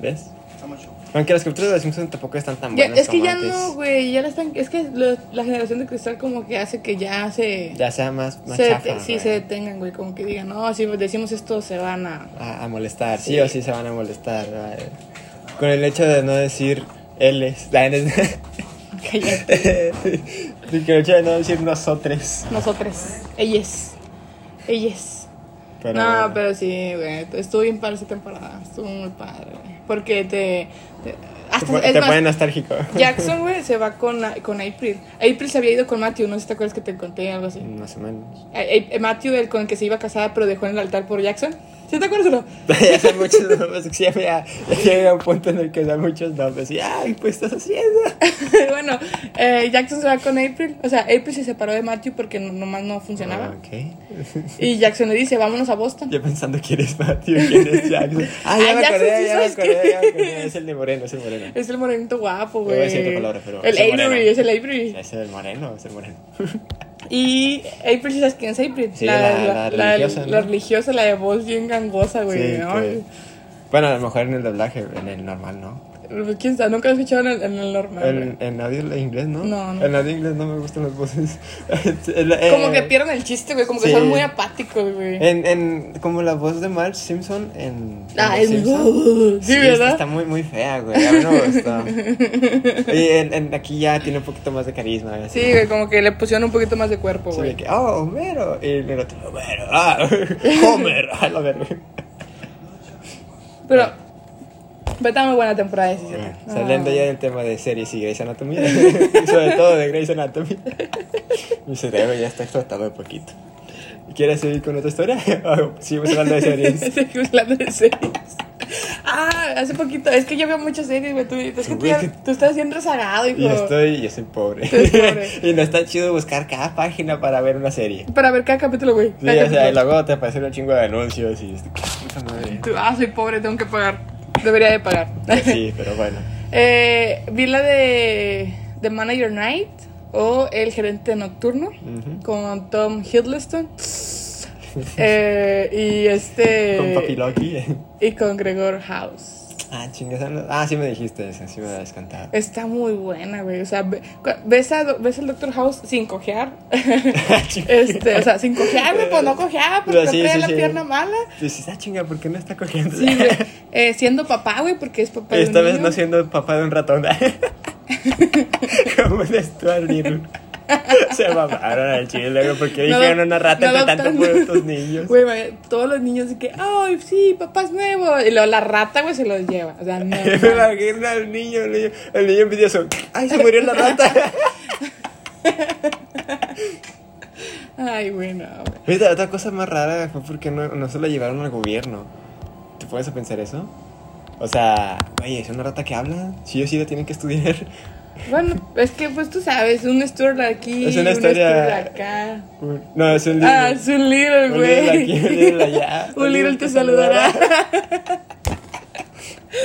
¿Ves? Estamos show. Aunque las capturas de Los Simpson tampoco están tan Ya- buenas es que como ya antes. no, güey, ya la están, es que lo- la generación de cristal como que hace que ya se, Ya sea más, más se chafa, dete- sí güey. se detengan, güey, como que digan, no, si decimos esto se van a, a, a molestar, sí. o sí se van a molestar. ¿verdad? Con el hecho de no decir L's, (laughs) la N es- callar, y con el hecho de no decir nosotros. nosotras, ellas, ellas. Pero, no, bueno. pero sí, güey. Estuvo bien padre esa temporada. Estuvo muy padre, güey. Porque te. te- Te, hasta, pon- es te más, pone nostálgico. Jackson, güey, se va con, con April. April se había ido con Matthew, no sé si te acuerdas que te conté algo así. (laughs) Más o menos. (laughs) A- a- Matthew, el con el que se iba a casar, pero dejó en el altar por Jackson. ¿Sí te acuerdas o no? (laughs) ya son muchos nombres. que Ya, ya, ya llega un punto en el que dan muchos nombres. Y, ay, pues estás haciendo. bueno, eh, Jackson se va con April. O sea, April se separó de Matthew porque no- nomás no funcionaba. Ah, ok. Y Jackson le dice, vámonos a Boston. Yo pensando quién es Matthew, quién (laughs) es Jackson. Ah, ya Ah, me Jackson, acordé, sí ya me sabes acordé, quién ya me acordé. es. Es el de Moreno, es el Moreno. Es el morenito guapo, voy a güey. decir otra palabra, pero el es el Avery, moreno. es el Avery. Es el Moreno, es el Moreno. Y April, ¿sí ¿sabes quién es April? Sí, la- la religiosa, ¿no? la religiosa, la de voz bien gangosa, güey. Sí, ¿no? que- Bueno, a lo mejor en el doblaje, en el normal, ¿no? ¿Quién sabe? Nunca lo he escuchado en el, en el normal. En, güey. en audio en inglés, ¿no? No, no. En audio inglés no me gustan las voces. (laughs) El- Como eh, que pierden el chiste, güey. Como que sí. Eh, son muy apáticos, güey. En, en, como la voz de Marge Simpson en. en Ah, Los es. Simpson. sí, está- ¿verdad? Está muy, muy fea, güey. A mí no me gustó. y en, en- aquí ya tiene un poquito más de carisma. así. Sí, güey, como que le pusieron un poquito más de cuerpo, Sí, de güey. que, oh, Homero. Y el otro, Homero. Ah, (laughs) Homer. Ah, la verga. Pero. Pero está muy buena temporada, sí, cierto. Ah. Saliendo ya del tema de series y Grey's Anatomy, (laughs) sobre todo de Grey's Anatomy, mi cerebro ya está explotado de poquito. ¿Quieres seguir con otra historia? (laughs) ¿O seguimos hablando (laughs) de series? Seguimos hablando de series. Ah, hace poquito. Es que yo veo muchas series, güey. Tú, es que tú, ya- Güey, tú estás bien rezagado, hijo. Y estoy, yo soy pobre. Eres pobre. (laughs) y no está chido buscar cada página para ver una serie. Para ver cada capítulo, güey. Sí, Cada o sea, (laughs) y capítulo. luego te aparecen un chingo de anuncios y... esto, Puta madre. Pues Tú, ah, soy pobre, tengo que pagar. Debería de pagar. (laughs) Sí, pero bueno. Eh, vi la de The Manager Night o El Gerente Nocturno Ujú. con Tom (laughs) Hiddleston. Eh, y este. Con Papi Loki. (laughs) Y con Gregor House. ah, chingas. Ah, sí me dijiste eso, sí me habías contado. (laughs) Está muy buena, güey. O sea, ve- cu- ves, a, do- ves al Doctor House sin cojear. Ah, este, o sea, sin cojear, güey, pues no cojeaba, porque No, sí, traía sí, la sí. pierna mala. Dices, ah, chinga, ¿por qué no está cogiendo? (laughs) Sí, güey. Eh, siendo papá, güey, porque es papá. de un Esta vez niño. no siendo papá de un ratón. (laughs) Como de Stuart Little. (laughs) Se mamaron al chile, güey, porque No, dijeron una rata no entre tanto (laughs) adoptando. por estos niños. Güey, güey, todos los niños de que, ay, sí, papá es nuevo. Y luego la rata, güey, se los lleva. O (laughs) sea, no. (laughs) Me no. imagino al niño, el niño, el niño envidioso. ¡Ay, se murió la rata! Ay, güey, no, güey. Ahorita, otra cosa más rara fue porque no, no se la llevaron al gobierno. ¿Te pones a pensar eso? O sea, güey, es una rata que habla. Sí o sí la tienen que (laughs) estudiar. Bueno, es que, pues tú sabes, un Stuart aquí, Es una un historia- Stuart acá. No, es un libro. Ah, es un little, Un little aquí, un güey. (laughs) little allá. Un little te saludará. (laughs)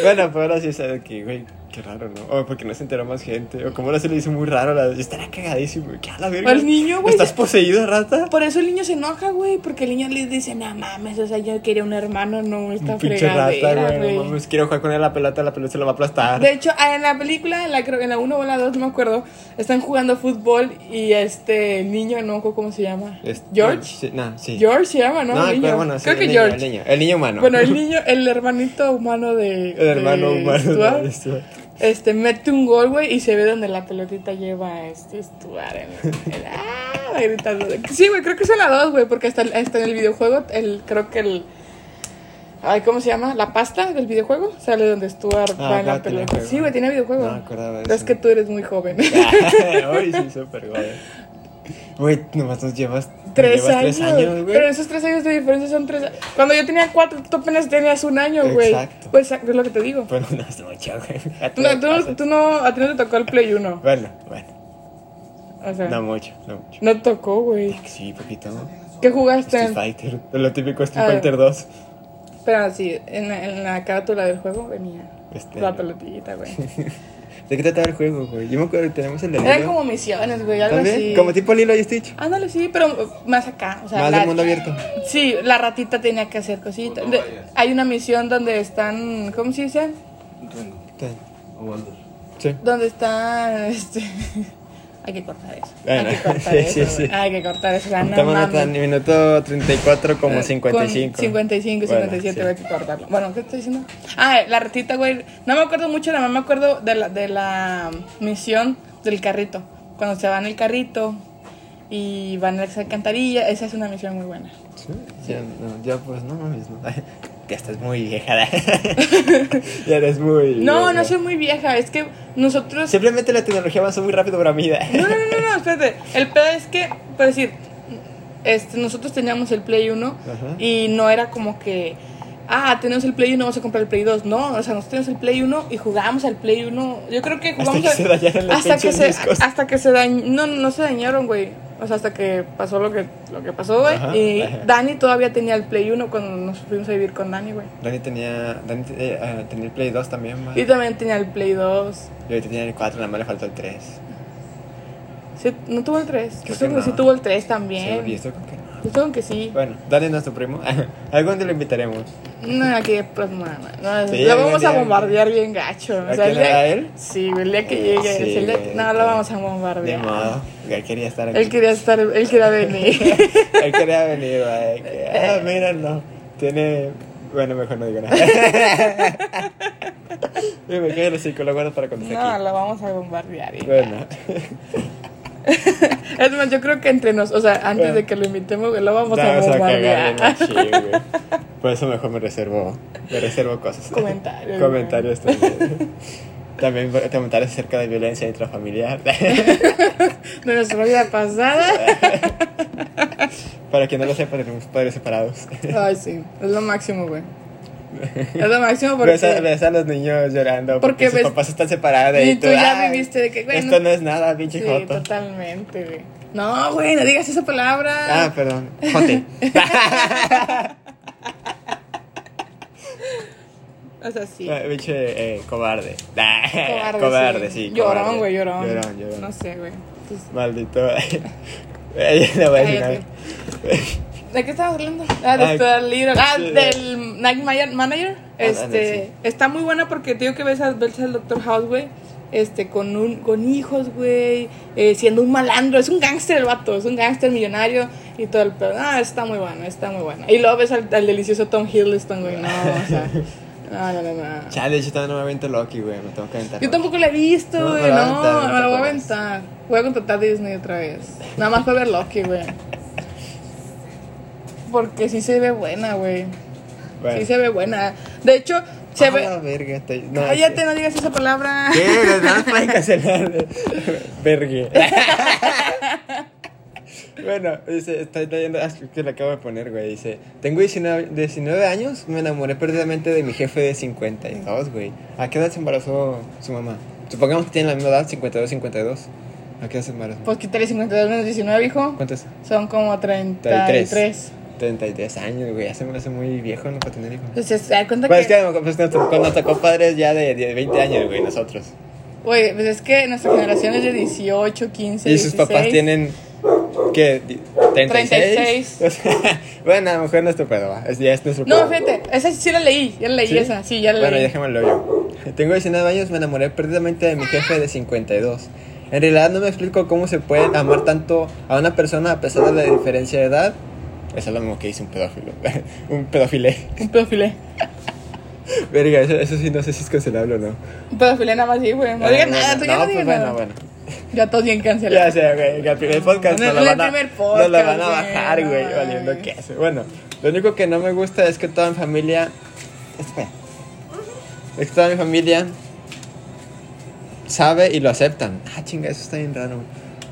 Bueno, pero ahora sí sabe que, güey, qué raro, ¿no? O porque no se enteró más gente. O como ahora se le hizo muy raro. La... Estará cagadísimo. ¿Qué a la verga? Al niño, güey, ¿Estás ya- poseído, rata? Por eso el niño se enoja, güey, porque el niño le dice, no mames, o sea, yo quería un hermano, no esta Un pinche rata, fregadera, güey. No güey. mames, quiero jugar con él a la pelota. La pelota se la va a aplastar. De hecho, ah, en la película, en la, creo- en la 1 o en la 2, no me acuerdo, están jugando fútbol y este niño, no me acuerdo cómo se llama. Es- George. Este, Sí, no, sí. George se llama, ¿no? No, El niño. pero bueno, sí, Creo el que niño, George. El niño, el niño humano. Bueno, el niño, el hermanito humano de. (laughs) El hermano de humano. Stuart, de Stuart. este, mete un gol, güey, y se ve donde la pelotita lleva a este Stuart. en- en- ah, gritando. Sí, güey, creo que son las dos, güey, porque hasta, hasta en el videojuego, el, creo que el. Ay, ¿cómo se llama? La pasta del videojuego sale donde Stuart Ah, va en la claro, tiene pelota. juego. Sí, güey, tiene videojuego. No me acordaba de Es eso. (laughs) que (laughs) tú eres muy joven. Ay, sí, súper güey. Güey, nomás nos llevas Tres llevas años. tres años, güey. Pero esos tres años de diferencia son tres. a- Cuando yo tenía cuatro, tú apenas tenías un año, güey. Exacto. Pues exacto, es lo que te digo. Pero no es mucho, güey. A Tú (laughs) ti no, no tú, pasa. no- tú no, a ti no te tocó el Play 1. Bueno, bueno. O sea, No no, mucho, no mucho. te tocó, güey. Sí, poquito. ¿Qué jugaste? Street Fighter. Lo típico Street Ah. Fighter 2. Pero sí, en la, en la carátula del juego venía Este, la pelotillita, (laughs) güey. ¿De qué trataba el juego, güey? Yo me acuerdo que tenemos el de Eran Lilo. como misiones, güey, algo ¿También? así. Como tipo Lilo y Stitch. Ándale, sí, pero uh, más acá. O sea, Más la- de mundo abierto. Sí, la ratita tenía que hacer cositas. De- hay una misión donde están, ¿cómo se dice? Sí. O Walder. Sí. Donde están, este... (laughs) Hay que cortar eso. Bueno, hay que cortar (laughs) sí, eso. sí, güey. sí. Hay que cortar eso. o sea, no Estamos mames. en el minuto 34 como Con 55. 55, 57, Bueno, hay que cortarlo. Bueno, ¿qué estoy diciendo? Ah, la ratita, güey. No me acuerdo mucho, nada más me acuerdo de la, de la misión del carrito. Cuando se va en el carrito y van a esa alcantarilla, esa es una misión muy buena. sí. Sí, ya, no, ya, pues no mames, no. (laughs) Ya estás muy vieja. (laughs) (laughs) ¿verdad? ya eres muy. No, vieja. no soy muy vieja, es que nosotros... Simplemente la tecnología avanzó muy rápido para (laughs) mí. ¿verdad? No, no, no, no, espérate. El pedo es que, por decir, este, nosotros teníamos el Play 1 Ajá. y no era como que, ah, tenemos el Play 1, vamos a comprar el Play 2. No, o sea, nosotros teníamos el Play 1 y jugábamos al Play 1. Yo creo que Hasta jugamos que a- se dañaron los hasta que pinches se discos. Hasta que se dañaron. No, no se dañaron, güey. O sea, hasta que pasó lo que, lo que pasó, güey. Ajá, Y ajá. Dani todavía tenía el Play 1 cuando nos fuimos a vivir con Dani, güey. Dani tenía. Dani eh, ah, tenía el Play 2 también, ¿va? Y también tenía el Play 2. Yo tenía el 4, nada más le faltó el 3. Sí, no tuvo el 3. Creo Yo que creo que no. sí tuvo el 3 Sí, y también. esto creo que no. Yo creo que sí. Bueno, Dani es nuestro primo. (laughs) Algún día lo invitaremos. No, que pues no, no, no, Sí, lo algún vamos día. a bombardear bien gacho. ¿A O sea, quién el era día- él? Sí, güey, el día que llegue. Sí, es el día- güey, no, que- lo vamos a De bombardear. modo, que él quería estar aquí. Él quería estar, él quería (laughs) (laughs) venir. Eh. Él quería venir, va, de que, ah, míralo. Tiene. Bueno, mejor no (laughs) digo nada. Y me quedo el hocico, lo guardo para cuando esté no, aquí. lo vamos a bombardear. bien (laughs) Bueno, (laughs) gacho. Es más, yo creo que entre nos, o sea, antes Bueno. de que lo invitemos, güey, lo vamos a vamos a bombardear. cagar (laughs) bien machín, güey. Por eso mejor me reservo, me reservo cosas. (laughs) Comentarios, Comentarios también. También comentarios acerca de violencia intrafamiliar. (laughs) De nuestra vida pasada. Para quien no lo sepa, tenemos (laughs) padres separados. Ay, sí, es lo máximo, (laughs) güey. Es lo máximo porque. Ves a, ves a los niños llorando Porque porque, sus ves- papás están separados. Y tú ya "Ay, viviste de que, güey, no- Esto no es nada, pinche Sí, joto. totalmente, güey. No, güey, no digas esa palabra. Ah, perdón. (laughs) Jote. o sea, (laughs) sí. Ah, Pinche eh, cobarde. (laughs) Cobarde, Cobarde, sí. Llorón, cobarde. güey, llorón. Llorón, llorón. No sé, güey. Entonces, Maldito. (laughs) Eh, le voy a decir Cállate. algo. ¿De qué estabas hablando? Ah, de Ah, Stuart Little. Ah, sí, Ah, del Night Maya- Manager. Este, sí. está muy buena porque te digo que ves, a- ves al Dr. House, güey. Este, con, un, con hijos, güey. eh, siendo un malandro. Es un gángster el vato. Es un gángster millonario. Y todo el pedo. Ah, está muy bueno, está muy bueno. Y luego ves al, al delicioso Tom Hiddleston, güey. No, o sea. No, no, no, no. (laughs) (laughs) Chale, yo todavía no me avento Loki, güey. Me tengo que aventar. Yo Loki. tampoco la he visto, No, güey. me la No, voy a aventar, me la voy a no te aventar. Voy a contratar a Disney otra vez. Nada más para ver Loki, güey. Porque sí se ve buena, güey. Bueno. Sí se ve buena. De hecho, se Pues. Ah, ve. la verga, estoy- no, Cállate, sí. no digas esa palabra. ¿Qué? Los demás pueden cancelar. Vergue. Bueno, dice, estoy leyendo, ah, que lo acabo de poner, güey. Dice, tengo 19, 19 años, me enamoré perdidamente de mi jefe de 52, güey. ¿A qué edad se embarazó su mamá? Supongamos que tienen la misma edad, 52, 52. ¿A qué edad se embarazó? Pues quítale 52 menos 19, hijo. ¿Cuánto es? Son como 33. 33 años, güey. Ya se me hace muy viejo, ¿no? Para tener hijos. Entonces, se da cuenta Pues es que. que pues, nos tocó, nos tocó padres ya de, de 20 años, güey, nosotros. Güey, pues es que nuestra generación es de 18, 15. Y sus papás 16. tienen. ¿Qué? Di- ¿36? 36. O sea, (laughs) bueno, a lo mejor no es tu pedo, va. Es, ya es nuestro pedo. No, fíjate, esa sí la leí. Ya la leí ¿Sí? esa. Sí, ya la Bueno, leí. déjamelo yo. Tengo 19 años, me enamoré perdidamente de mi jefe de 52. En realidad no me explico cómo se puede amar tanto a una persona a pesar de la diferencia de edad. Eso es lo mismo que dice un pedófilo. (laughs) un pedófile. Un pedofilé. Verga, eso, eso sí, no sé si es cancelable o no. Pedofilé nada más sí, güey. No Ah, digas bueno, nada, tú ya no pues, digas bueno, nada. bueno. Ya todos bien Ya cancelados. sé, güey, que al primer podcast En el- nos lo en el van a, primer nos lo van podcast, a güey, bajar, güey, no valiendo mames. queso. Bueno, lo único que no me gusta es que toda mi familia... Espera. Es que toda mi familia sabe y lo aceptan. Ah, chinga, eso está bien raro.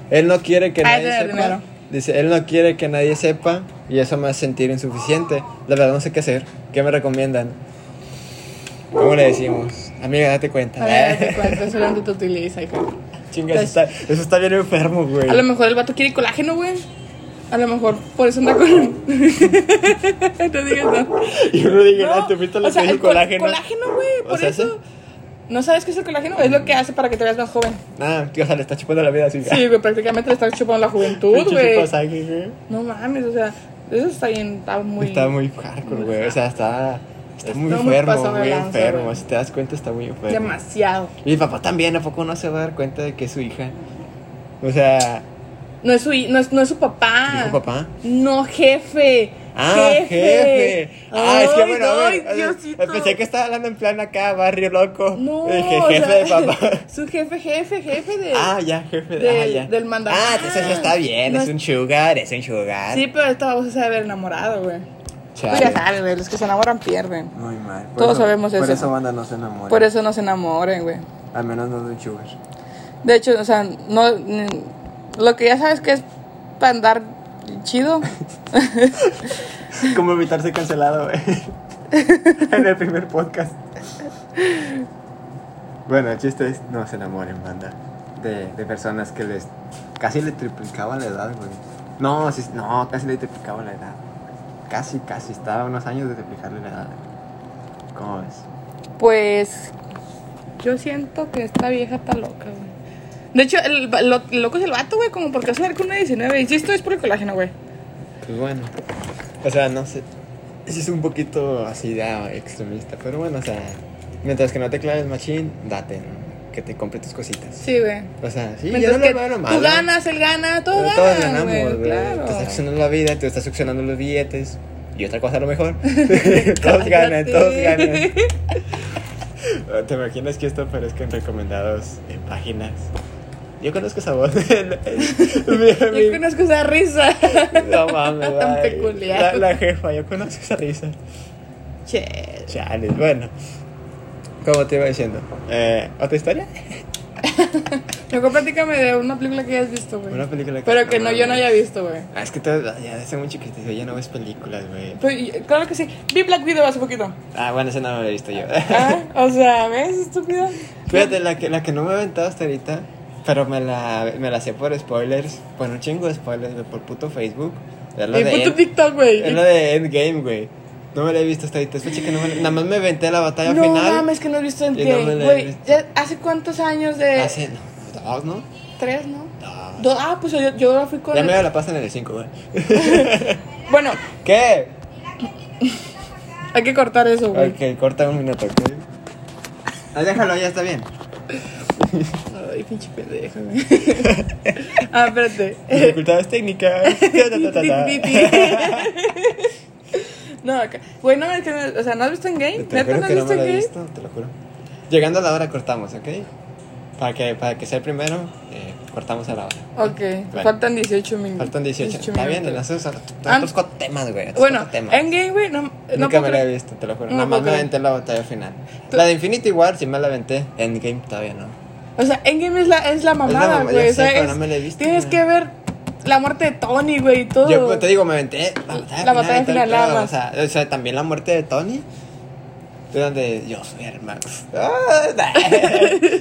Él no quiere que Ah, nadie ese era el sepa primero. Dice, él no quiere que nadie sepa y eso me hace sentir insuficiente. La verdad no sé qué hacer. ¿Qué me recomiendan? ¿Cómo le decimos? Amiga, date cuenta. Para (laughs) darte cuenta, es un totilis, iPhone. Chinga, eso está, eso está bien enfermo, güey. A lo mejor el vato quiere colágeno, güey. A lo mejor por eso anda con. (laughs) no digas no. (laughs) Y uno diga, ah, No, te fuiste a la o sea, que dijo el col- colágeno. Colágeno, güey, O por sea, eso. ¿No sabes qué es el colágeno? Es lo que hace para que te veas más joven. Ah, tío, o sea, le está chupando la vida así. Sí, güey, prácticamente le estás chupando la juventud, Pinche güey. pasaje, güey. No mames, o sea, eso está bien, está muy. Está muy hardcore, muy güey. O sea, está, está muy muy enfermo, pasado de muy lanza, enfermo. güey. Si te das cuenta, está muy enfermo. Demasiado. Y el papá también, ¿a poco no se va a dar cuenta de que es su hija? O sea, No es su, hi- no es, no es su papá. ¿dijo papá? No, Ah. jefe. Ah, jefe. Ah, es que Ay, bueno, a ver, ay, a ver, Diosito. pensé que estaba hablando en plan acá, barrio loco. No, Dije, o jefe sea, de papá. Su (laughs) jefe, jefe, jefe de. Ah, ya, jefe de, ah, del- ya. del mandamás. Ah, entonces ya está bien, No es es- un sugar, es un sugar. Sí, pero esta vamos a saber enamorado, güey. Chale. Pues ya sabes, güey, los que se enamoran pierden. Muy mal. Por Todos sabemos Por eso. eso banda no se enamora. Por eso no se enamoren, güey. Al menos no de un (laughs) sugar. De hecho, o sea, no. mm, Lo que ya sabes que es para andar (laughs) chido. ¿Cómo evitar ser cancelado, (laughs) güey? en el primer podcast. Bueno, el chiste es no se enamoren, banda. De, de personas que les casi le triplicaban la edad, güey. No, sí, no, casi le triplicaban la edad. Casi, casi, estaba a unos años de triplicarle la edad. ¿Cómo ves? Pues yo siento que esta vieja está loca, güey. De hecho, el, va- lo- el loco es el vato, güey, como porque vas a ver con una 19. Y si esto es por el colágeno, güey. Pues bueno. O sea, no sé. Sí es un poquito así ya extremista, pero bueno, o sea, mientras que no te claves machín, date, ¿no? que te compre tus cositas. Sí, güey. O sea, sí, yo Mientras no que le veo lo malo. tú ganas, él gana, todos, Pero ganan, güey. güey. Claro. Te está succionando la vida, te está succionando los billetes. Y otra cosa a (laughs) lo mejor. (laughs) todos ganan, todos ganan. (laughs) ¿Te imaginas que esto aparezca en recomendados en páginas? Yo conozco esa voz. (laughs) Mi- mi- (laughs) Yo conozco esa (laughs) risa. no mames, Tan ay, peculiar. La, la jefa, yo conozco esa risa. che. Chales, bueno. Como te iba diciendo. Eh, ¿Otra historia? Luego platícame de una película que hayas visto, güey. Una película que- Pero que no, yo no mames. haya visto, güey. Ah, es que te, ya desde muy chiquitito ya no ves películas, güey. Pero, y- Claro que sí. Vi Black Widow hace (laughs) poquito. Ah, bueno, esa no la he visto yo. Ah, o sea, ¿ves, estúpida? (laughs) Fíjate, la que, la que no me he aventado hasta ahorita, pero me la, me la sé por spoilers, por un chingo de spoilers, güey, por puto Facebook. Es lo, Y de, puto End- TikTok, güey. es lo de Endgame, güey. No me la he visto hasta ahorita. Es fecha que no me la- Nada más me aventé la batalla no final. mames que no he visto Y no me Endgame, la he güey. visto. ya ¿Hace cuántos años de...? Hace, no, dos, ¿no? Tres, ¿no? Dos. Do- ah, pues yo, yo fui con... Ya el- me la pasan en el 5, güey. Bueno, ¿Qué? hay que cortar eso, güey. Ok, corta un minuto, ok. Ah, déjalo, ya está bien. Ay, pinche pendeja, güey. (laughs) ah, espérate. (laughs) Dificultades técnicas. Ta, ta, ta, ta. no, acá. Güey, no, es que no- o sea, ¿no has visto Endgame? Te ¿Neta juro no has que no visto me lo he Endgame? visto, te lo juro. Llegando a la hora cortamos, ¿ok? Para que, para que sea el primero, eh, cortamos a la hora. Ok, Bueno. faltan 18 minutos. Faltan 18. Está bien, en esos son Mm, Ah, otros cuatro temas, güey. otros Bueno, cuatro temas. Endgame, güey, no, no Nunca puedo me la he creer. visto, te lo juro. No Nada más puedo me creer. aventé la batalla final. Tú- La de Infinity War sí me la aventé. Endgame todavía no. O sea, Endgame es la, es la mamada, mamada, güey. ya o sea, sé, pero es- no me la he visto, Tienes güey. que ver la muerte de Tony, güey, y todo. Yo pues, te digo, me aventé la batalla Uh. La final. batalla y todo el final, nada pedo, más. o, sea, o sea, también la muerte de Tony. De donde yo soy (laughs) el Max. Ah, da.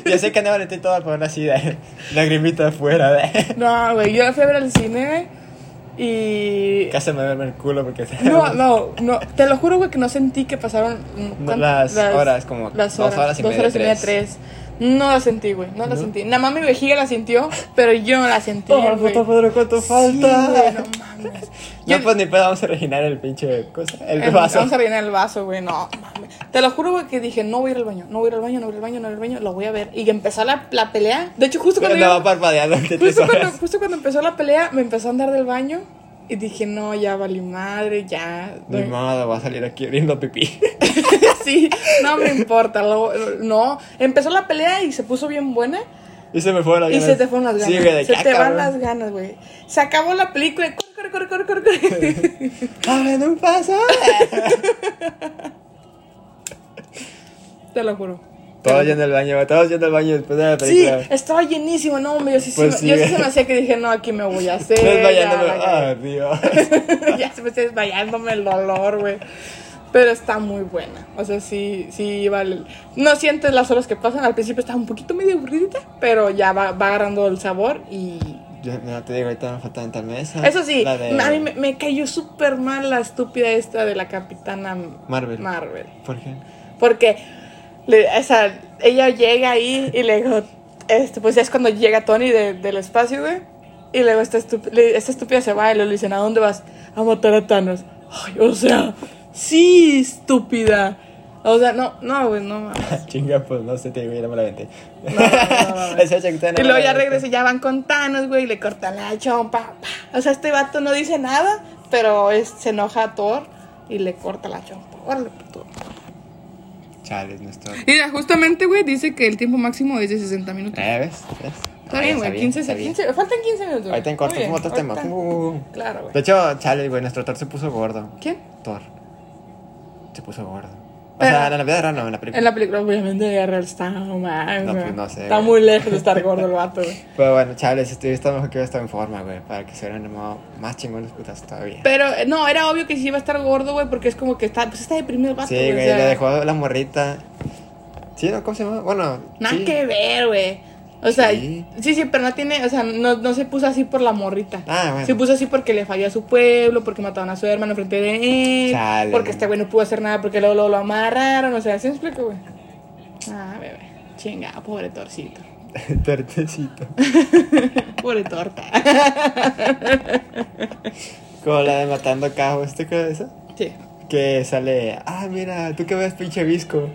yo sé que no aventé toda, pero aún así, da. lagrimita afuera. da. No, güey, yo la fui a ver al cine, güey, y... Casi me duerme el culo porque No, no, no, te lo juro, güey, que no sentí que pasaron... mm, No, ¿cuán- las horas, como las dos horas, horas y dos media, horas tres. tres. No la sentí, güey, no la ¿No? sentí. Nada más mi vejiga la sintió, pero yo no la sentí, Oh, güey. puta madre, ¿cuánto Sí, güey, falta? no mames. no, Yo- pues ni pedo, vamos a rellenar el pinche cosa, el Eh, vaso. (laughs) Vamos a rellenar el vaso, güey. No, mames. Te lo juro, güey, que dije, no voy a ir al baño, no voy a ir al baño, no voy a ir al baño, no voy a ir al baño, lo voy a ver. Y que empezó la, la pelea. De hecho, justo cuando, Andaba yo- parpadeando entre tres justo, cuando, horas. justo cuando empezó la pelea, me empezó a andar del baño. Y dije, no, ya valí madre, ya. Ni modo, va a salir aquí abriendo pipí. (laughs) sí, no me importa. lo- no, empezó la pelea y se puso bien buena. y se me fueron las Y ganas. se te fueron las ganas. Sí, güey, de se que, ah, te van cabrón. las ganas, güey. Se acabó la película. y Corre, corre, corre, corre, corre. (laughs) ¡Abre un paso! Te lo juro. Todos yendo al baño, todos yendo al baño después de la Sí, este, película. estaba llenísimo, no, hombre, yo sí, Pues se me- yo sí. sí se me hacía que dije, no, aquí me (laughs) voy a hacer. Desmayándome. ya, Ah, Dios. (laughs) ya, ya se me está desmayándome el dolor, güey. Pero está muy buena. O sea, sí, sí, vale. No sientes las horas que pasan. Al principio está un poquito medio aburridita, pero ya va, va agarrando el sabor y Yo no te digo, ahorita me falta en tal mesa. eso sí, la de a mí me, me cayó súper mal la estúpida esta de la capitana Marvel. Marvel. ¿Por qué? (laughs) Porque le- o sea, ella llega ahí y le digo, este, pues es cuando llega Tony de- del espacio, güey. Y luego esta, estup- le- esta estúpida se va y le dicen, ¿a dónde vas? A matar a Thanos. Ay, o sea, sí, estúpida. O sea, no, no, güey, no mames. Chinga, pues no sé, te digo, ya no me la vente. (laughs) No, no, no. Esa chaqueta no Y me luego la ya aventé. regresa, y ya van con Thanos, güey, y le cortan la chompa. pa. O sea, este vato no dice nada, pero es- se enoja a Thor y le corta la chompa. Órale, puto. Chales, no estoy. Mira, justamente, güey, dice que el tiempo máximo es de 60 minutos. Eh, ¿ves? ¿Ves? Está Ah, bien, ya güey, 15, está bien. 15, faltan 15 minutos. güey. Ahorita en corto Muy bien, como otro tema. ahorita- Uh. Claro, güey. De hecho, chale, güey, nuestro Thor se puso gordo. ¿Quién? Thor. Se puso gordo. O Pero- sea, en la vida real no, en la película. En la película, obviamente, de Guerrero está mal, No, güey. pues, no sé, Está güey. muy lejos de estar gordo el vato, güey. Pero bueno, chale, si estuviera estado mejor que hubiera estado en forma, güey. Para que se hubieran animado más chingones putas todavía. Pero, eh, no, era obvio que sí iba a estar gordo, güey, porque es como que está, pues está deprimido el vato, Sí, güey, o güey, sea. le dejó la morrita. Sí, ¿no? ¿Cómo se llama? Bueno. Nada sí. (laughs) que ver, güey. O sea, Sí. sí. sí, pero no tiene, o sea, no, no se puso así por la morrita. Ah, bueno. Se puso así porque le falló a su pueblo, porque mataron a su hermano frente de él, Chale. porque este güey no pudo hacer nada porque luego, luego lo amarraron, o sea, ¿sí me explico, güey? Ah, bebé, chinga, pobre torcito, Tortecito. pobre torta. Como la de Matando Cabos, ¿te acuerdas de eso? sí. Que sale, ah, mira, tú que ves pinche visco.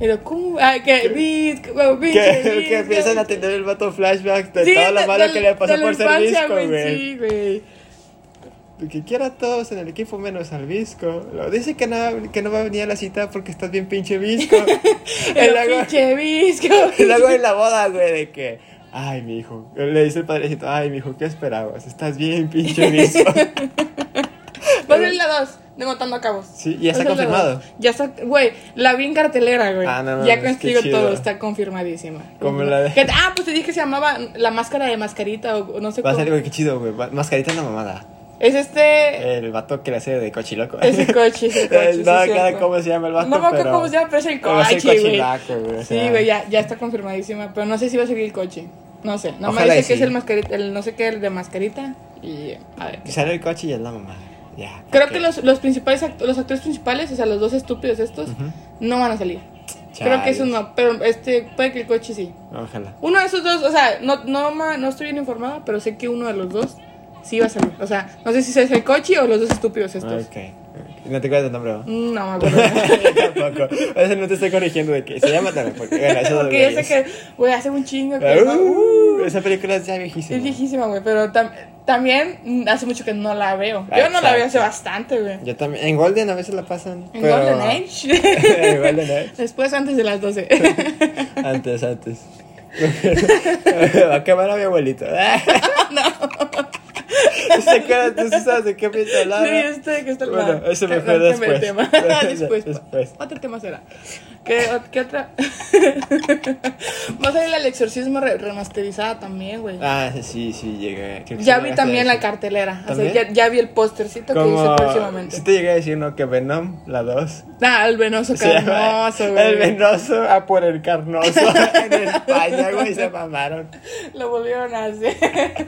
Pero, ¿cómo? Ah, que, bis- bueno, Que, (laughs) pinche bis- que empiezan a tener el vato flashback de Sí, todo lo de- malo de- que le pasó de la por ser infancia, visco, güey. Sí, güey. Que quiera a todos en el equipo menos al visco. Lo dice que no, que no va a venir a la cita porque estás bien pinche (laughs) visco. y, Pero luego, pinche (laughs) visco. y luego en la boda, güey, de que, ay, mi hijo. Le dice el padrecito, ay, mi hijo, ¿qué esperabas? Estás (laughs) bien pinche visco. Va a ser la 2 de Matando a Cabos. Sí, ya está Va a ser la confirmado. dos. Ya está, güey, la vi en cartelera, güey. Ah, no ya mames, consigo qué chido. todo, está confirmadísima. Como la de- Que- ah, pues te dije que se llamaba La Máscara de Mascarita o o no sé va a cómo. salir, güey, qué chido, güey. Va- Mascarita en la mamada. Es este. El vato que le hace de cochiloco. (laughs) Ese coche, ese coche. sí, Eh, No, es claro, cierto. cómo se llama el vato. No me acuerdo pero- cómo se llama, pero es el pero va a ser coche, güey. cochilaco, güey. o Sí, sea, güey, ya, ya está confirmadísima. Pero no sé si va a seguir el coche. No sé. No me Ojalá y dice que sí. es el mascarita, el no sé qué, el de mascarita. Y eh, a ver. Y sale el coche y es la mamada. Ya. Creo ok. que los, los principales act- los actores principales, o sea, los dos estúpidos estos, no van a salir. Creo que eso Chales. no, pero este, puede que el coche sí. Ojalá. Uno de esos dos, o sea, no, no, ma- no estoy bien informada, pero sé que uno de los dos sí va a salir. O sea, no sé si es el coche o los dos estúpidos estos. Ok. No te acuerdas del nombre, ¿no? (laughs) Mm, No me acuerdo. Tampoco. A veces no te estoy corrigiendo de que se llama también. Porque, bueno, eso Porque yo sé que, güey, hace un chingo que... no- Uh, Uh, esa película es ya viejísima. es viejísima, güey, pero tam- también mm, hace mucho que no la veo. Yo no la Exacto. veo hace bastante, güey. Yo también. En Golden a veces la pasan. En pero- (laughs) Golden Age. (laughs) en Golden Age. Después, antes de las 12. Antes, antes. (laughs) Va a quemar a mi (laughs) abuelito. no. (laughs) ¿Se acuerdan? ¿Tú sí sabes de qué pienso hablaba? Sí, este que está el Bueno, mar. eso me No, fue no, cambia de (laughs) después. tema. (laughs) después, Después. Otro tema será. ¿Qué, o- qué otra? (laughs) Va a salir el exorcismo re- remasterizada también, güey. Ah, sí, sí, llegué. Creo que ya sí vi llegaste también a la eso. cartelera. O sea, ¿También? ya, ya vi el póstercito que dice Como- próximamente. Sí te llegué a decir, ¿no? Que Venom, la 2. Ah, el venoso (laughs) Se llama carnoso, güey. El venoso a por (laughs) el carnoso en España, güey, se mamaron. Lo volvieron a hacer. (laughs)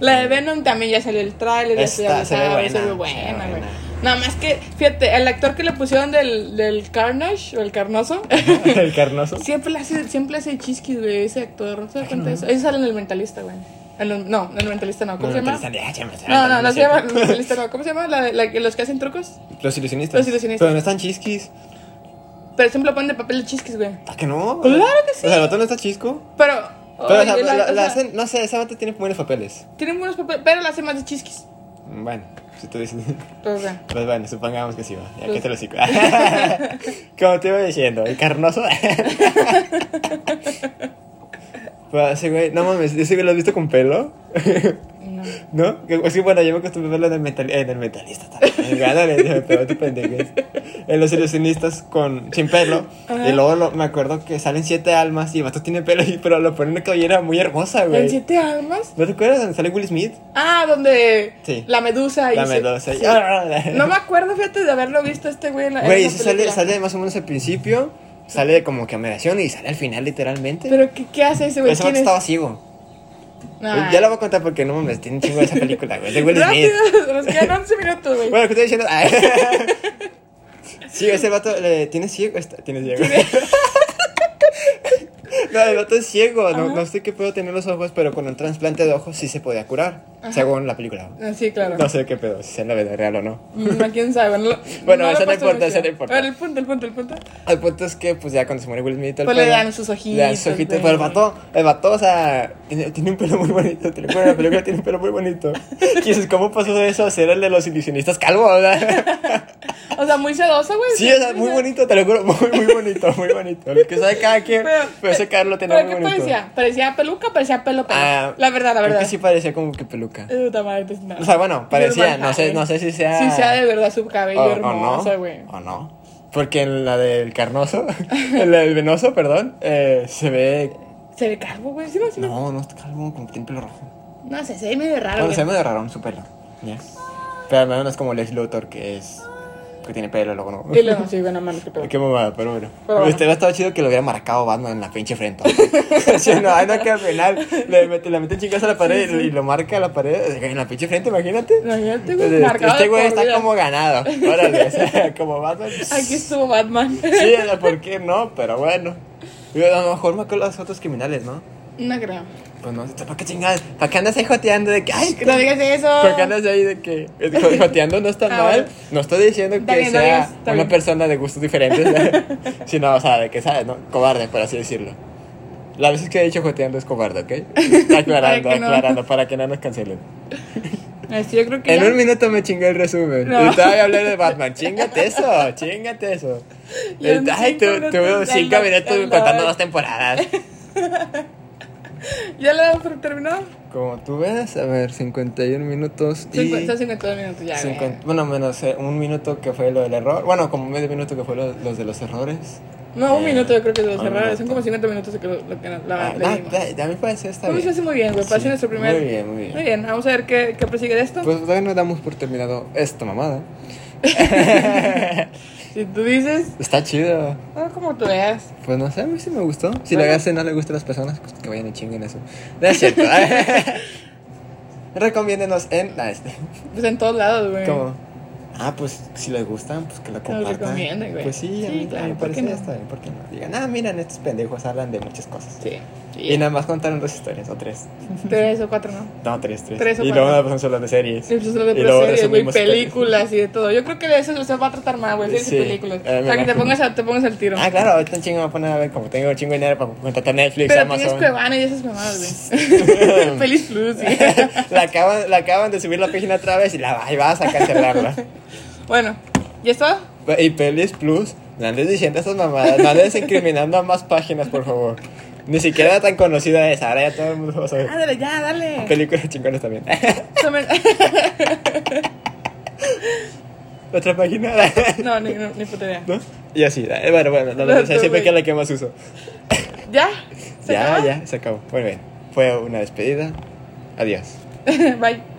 La de Venom también ya salió el tráiler, ya Está- se ve avisaba, buena, se ve se ve buena, güey. buena. Nada más que, fíjate, el actor que le pusieron del, del Carnage o el Carnoso, (laughs) El carnoso. siempre le hace, siempre hace chisquis, güey, ese actor. ¿No te das cuenta de eso? Ahí sale en el mentalista, güey. En los- no, en el mentalista no, ¿cómo se llama? Ah, No, no, no se llama el mentalista, no. ¿Cómo se llama? La, la que- los que hacen trucos. Los ilusionistas. Los ilusionistas. Pero no están chisquis. Pero siempre lo ponen de papel de chisquis, güey. ¿A que no? Claro que sí. O sea, el vato no está chisco. Pero, Pero, o sea, oye, la- la- o la sea, hacen- no sé, ese vato tiene buenos papeles. tienen buenos papeles, pero la hace más de chisquis. Bueno, si tú dices. (laughs) Entonces, güey. Pues bueno, supongamos que sí va. Ya que Pues- te (laughs) lo sigo. Como te iba diciendo, el carnoso. Pues ese güey, no mames, ese güey lo has visto con pelo. No. ¿No? Que- Es que bueno, yo me acostumbré a verlo en el, metal, en el metalista también. (laughs) Gánale, me pegó tu pendejez. En los ilusionistas con, sin pelo. Ajá. Y luego lo- me acuerdo que salen siete almas y el vato tiene pelo, (laughs) y- pero lo ponen una cabellera muy hermosa, ¿En güey. siete almas? ¿No te acuerdas donde sale Will Smith? Ah, donde Sí. la medusa y La se- medusa. sí. No me acuerdo, fíjate, de haberlo visto a este güey en la en Güey, esa sí sale, película. sale más o menos al principio, sale como que a mediación y sale al final literalmente. Pero ¿qué, qué hace ese güey? Ese ¿Quién es? vato estaba ciego. Nah. Ya lo voy a contar porque no mames, tiene un chingo de esa película, güey. De Will Smith. (laughs) Rápido, nos quedan 11 minutos, güey. Bueno, ¿qué estoy diciendo? Ah, (laughs) sí, ese vato le, tiene ciego. Está, tiene ciego. (laughs) no, el vato es ciego. No, no sé qué puedo tener los ojos, pero con un trasplante de ojos sí se podía curar. Según la película. Ah, sí, claro. Mm, No sé qué pedo, si sea en la vida real o no. No, quién sabe. No, lo- Bueno, lo esa he no puesto demasiado. importa, esa no importa. A ver, el punto, el punto, el punto. El punto es que, pues ya cuando se muere Will Smith, el Pues le pedo- dan sus ojitos, Le dan sus ojitos. güey. Pero el vato, el vato, o sea, tiene, tiene un pelo muy bonito. Tiene, bueno, la película tiene un pelo muy bonito. (laughs) Y dices, ¿cómo pasó de eso a ser el de los ilusionistas calvo? (laughs) O sea, O sea, muy sedoso, güey. Sí, o sea, muy bonito, te lo juro, muy, muy bonito, muy bonito. Lo que sabe cada quien, pero, Pero- ese Carlos tenía ¿Pero muy qué bonito. parecía? ¿Parecía peluca o parecía pelo pelo? Ah, la verdad, la creo verdad. que sí parecía como que peluca. Eh, puta madre, pues, no. O sea, bueno, parecía, no sé, no sé si sea... Si sea de verdad su cabello o, o hermoso, no, güey. o no. Porque en la del carnoso, (laughs) en la del venoso, perdón, eh, se ve... Se ve calvo, güey. Sí, no, sí. No. No, no, está calvo, como que tiene pelo rojo. no sé, se ve medio raro, Bueno, güey. se ve medio raro su pelo. ya. Pero al menos no es como Lex Luthor, que es... Que tiene pelo, luego no. Y luego, sí, bueno, mames, qué pedo. Qué mamada, pero bueno. Pero bueno. Este hubiera estado chido que lo hubiera marcado Batman en la pinche frente. ¿no? (laughs) Sí, no, ay, no, que al final le mete, le mete chingas a la pared y lo marca a la pared o sea, en la pinche frente, imagínate. Imagínate, güey, Entonces, este, marcado de güey por está vida. como ganado. Órale, o sea, (laughs) como Batman. Aquí estuvo Batman. (laughs) Sí, o sea, ¿por qué no? Pero bueno. Yo, a lo mejor me acuerdo de los otros criminales, ¿no? No creo. Pues no, ¿para qué chingadas? ¿Para qué andas ahí joteando de que, ay, No digas eso. porque andas ahí de que eh, (laughs) jo- joteando no está Ah, mal. bueno. No estoy diciendo Está que bien, no sea digas, está una bien. persona de gustos diferentes, (laughs) sino, o sea, de que sabes, ¿no? Cobarde, por así decirlo. Las veces que he dicho joteando es (laughs) cobarde, ¿ok? Aclarando, Para que no. aclarando, para que no nos cancelen. Este, yo creo que En ya, un minuto me chingué el resumen. No. Y todavía hablé de Batman. Chingate eso, (laughs) chingate eso. Y en Ay, cinco tu- minutos tuve ya cinco lo- minutos ya lo- contando dos temporadas. ¿Ya lo damos por terminado? Como tú ves, a ver, 51 minutos y... Cincu- Son 52 minutos ya, güey. Cincuenta- bueno, menos eh, un minuto que fue lo del error. Bueno, como medio minuto que fue lo- los de los errores. No, un Eh, minuto yo creo que se lo un cerraron. Son minuto. como 50 minutos que lo, lo que nos- la Ah, la da- dimos. da- a mí parece está Pues me bien. parece muy bien, güey. Parece Sí, nuestro primer. muy bien, muy bien. Muy bien, vamos a ver qué, qué prosigue de esto. Pues todavía no damos por terminado (laughs) esta mamada. si tú dices, Está chido. ah, como tú veas. Pues no sé, a mí sí me gustó. Si Bueno. la hace no le gusta a las personas, pues que vayan y chinguen eso. No (laughs) es cierto. (laughs) Recomiéndenos en... ah, este, Pues en todos lados, güey. como... Ah, pues si les gustan, pues que lo Que lo compartan. recomienden, güey. Pues sí, a Sí, mí, a claro, mí me ¿por qué parece no? está bien. ¿Por qué no? Digan, ah, miren, estos pendejos hablan de muchas cosas. Sí. Y nada más contaron dos historias, o tres. Tres o cuatro, ¿no? No, tres, tres. Tres o y cuatro. luego empezamos a hablar de series. Y pues lo de Y luego puras series, güey, resumimos películas y de todo. Yo creo que de eso se va a tratar más, güey, series Sí. y películas. Eh, Para me que te imagino. pongas, a- te pongas al tiro. Ah, claro, ahorita un chingo me voy a poner a ver como tengo un chingo de dinero para contratar Netflix, Pero tienes Amazon. Cuevana y esas mamadas, güey. (laughs) Feliz Plus, sí. (laughs) (laughs) la, acaban, la acaban de subir la página otra vez y la y vas (laughs) a cancelarla. Bueno, ¿ya está? y Pelis Plus, no andes diciendo esas mamadas, no andes incriminando a más páginas, por favor. Ni siquiera era tan conocida esa, ahora ya todo el mundo va a saber. Ah, dale, ya, dale. Películas chingonas también. (laughs) (laughs) Tomen- otra página. (laughs) No, ni, no, ni puta idea. ¿No? Y así, eh, bueno, bueno, no, no, No, o sea, tú, siempre güey. que es la que más uso. ¿Ya? ¿Se Ya, acabó? ya, se acabó. Muy bien. Fue una despedida. Adiós. (laughs) Bye.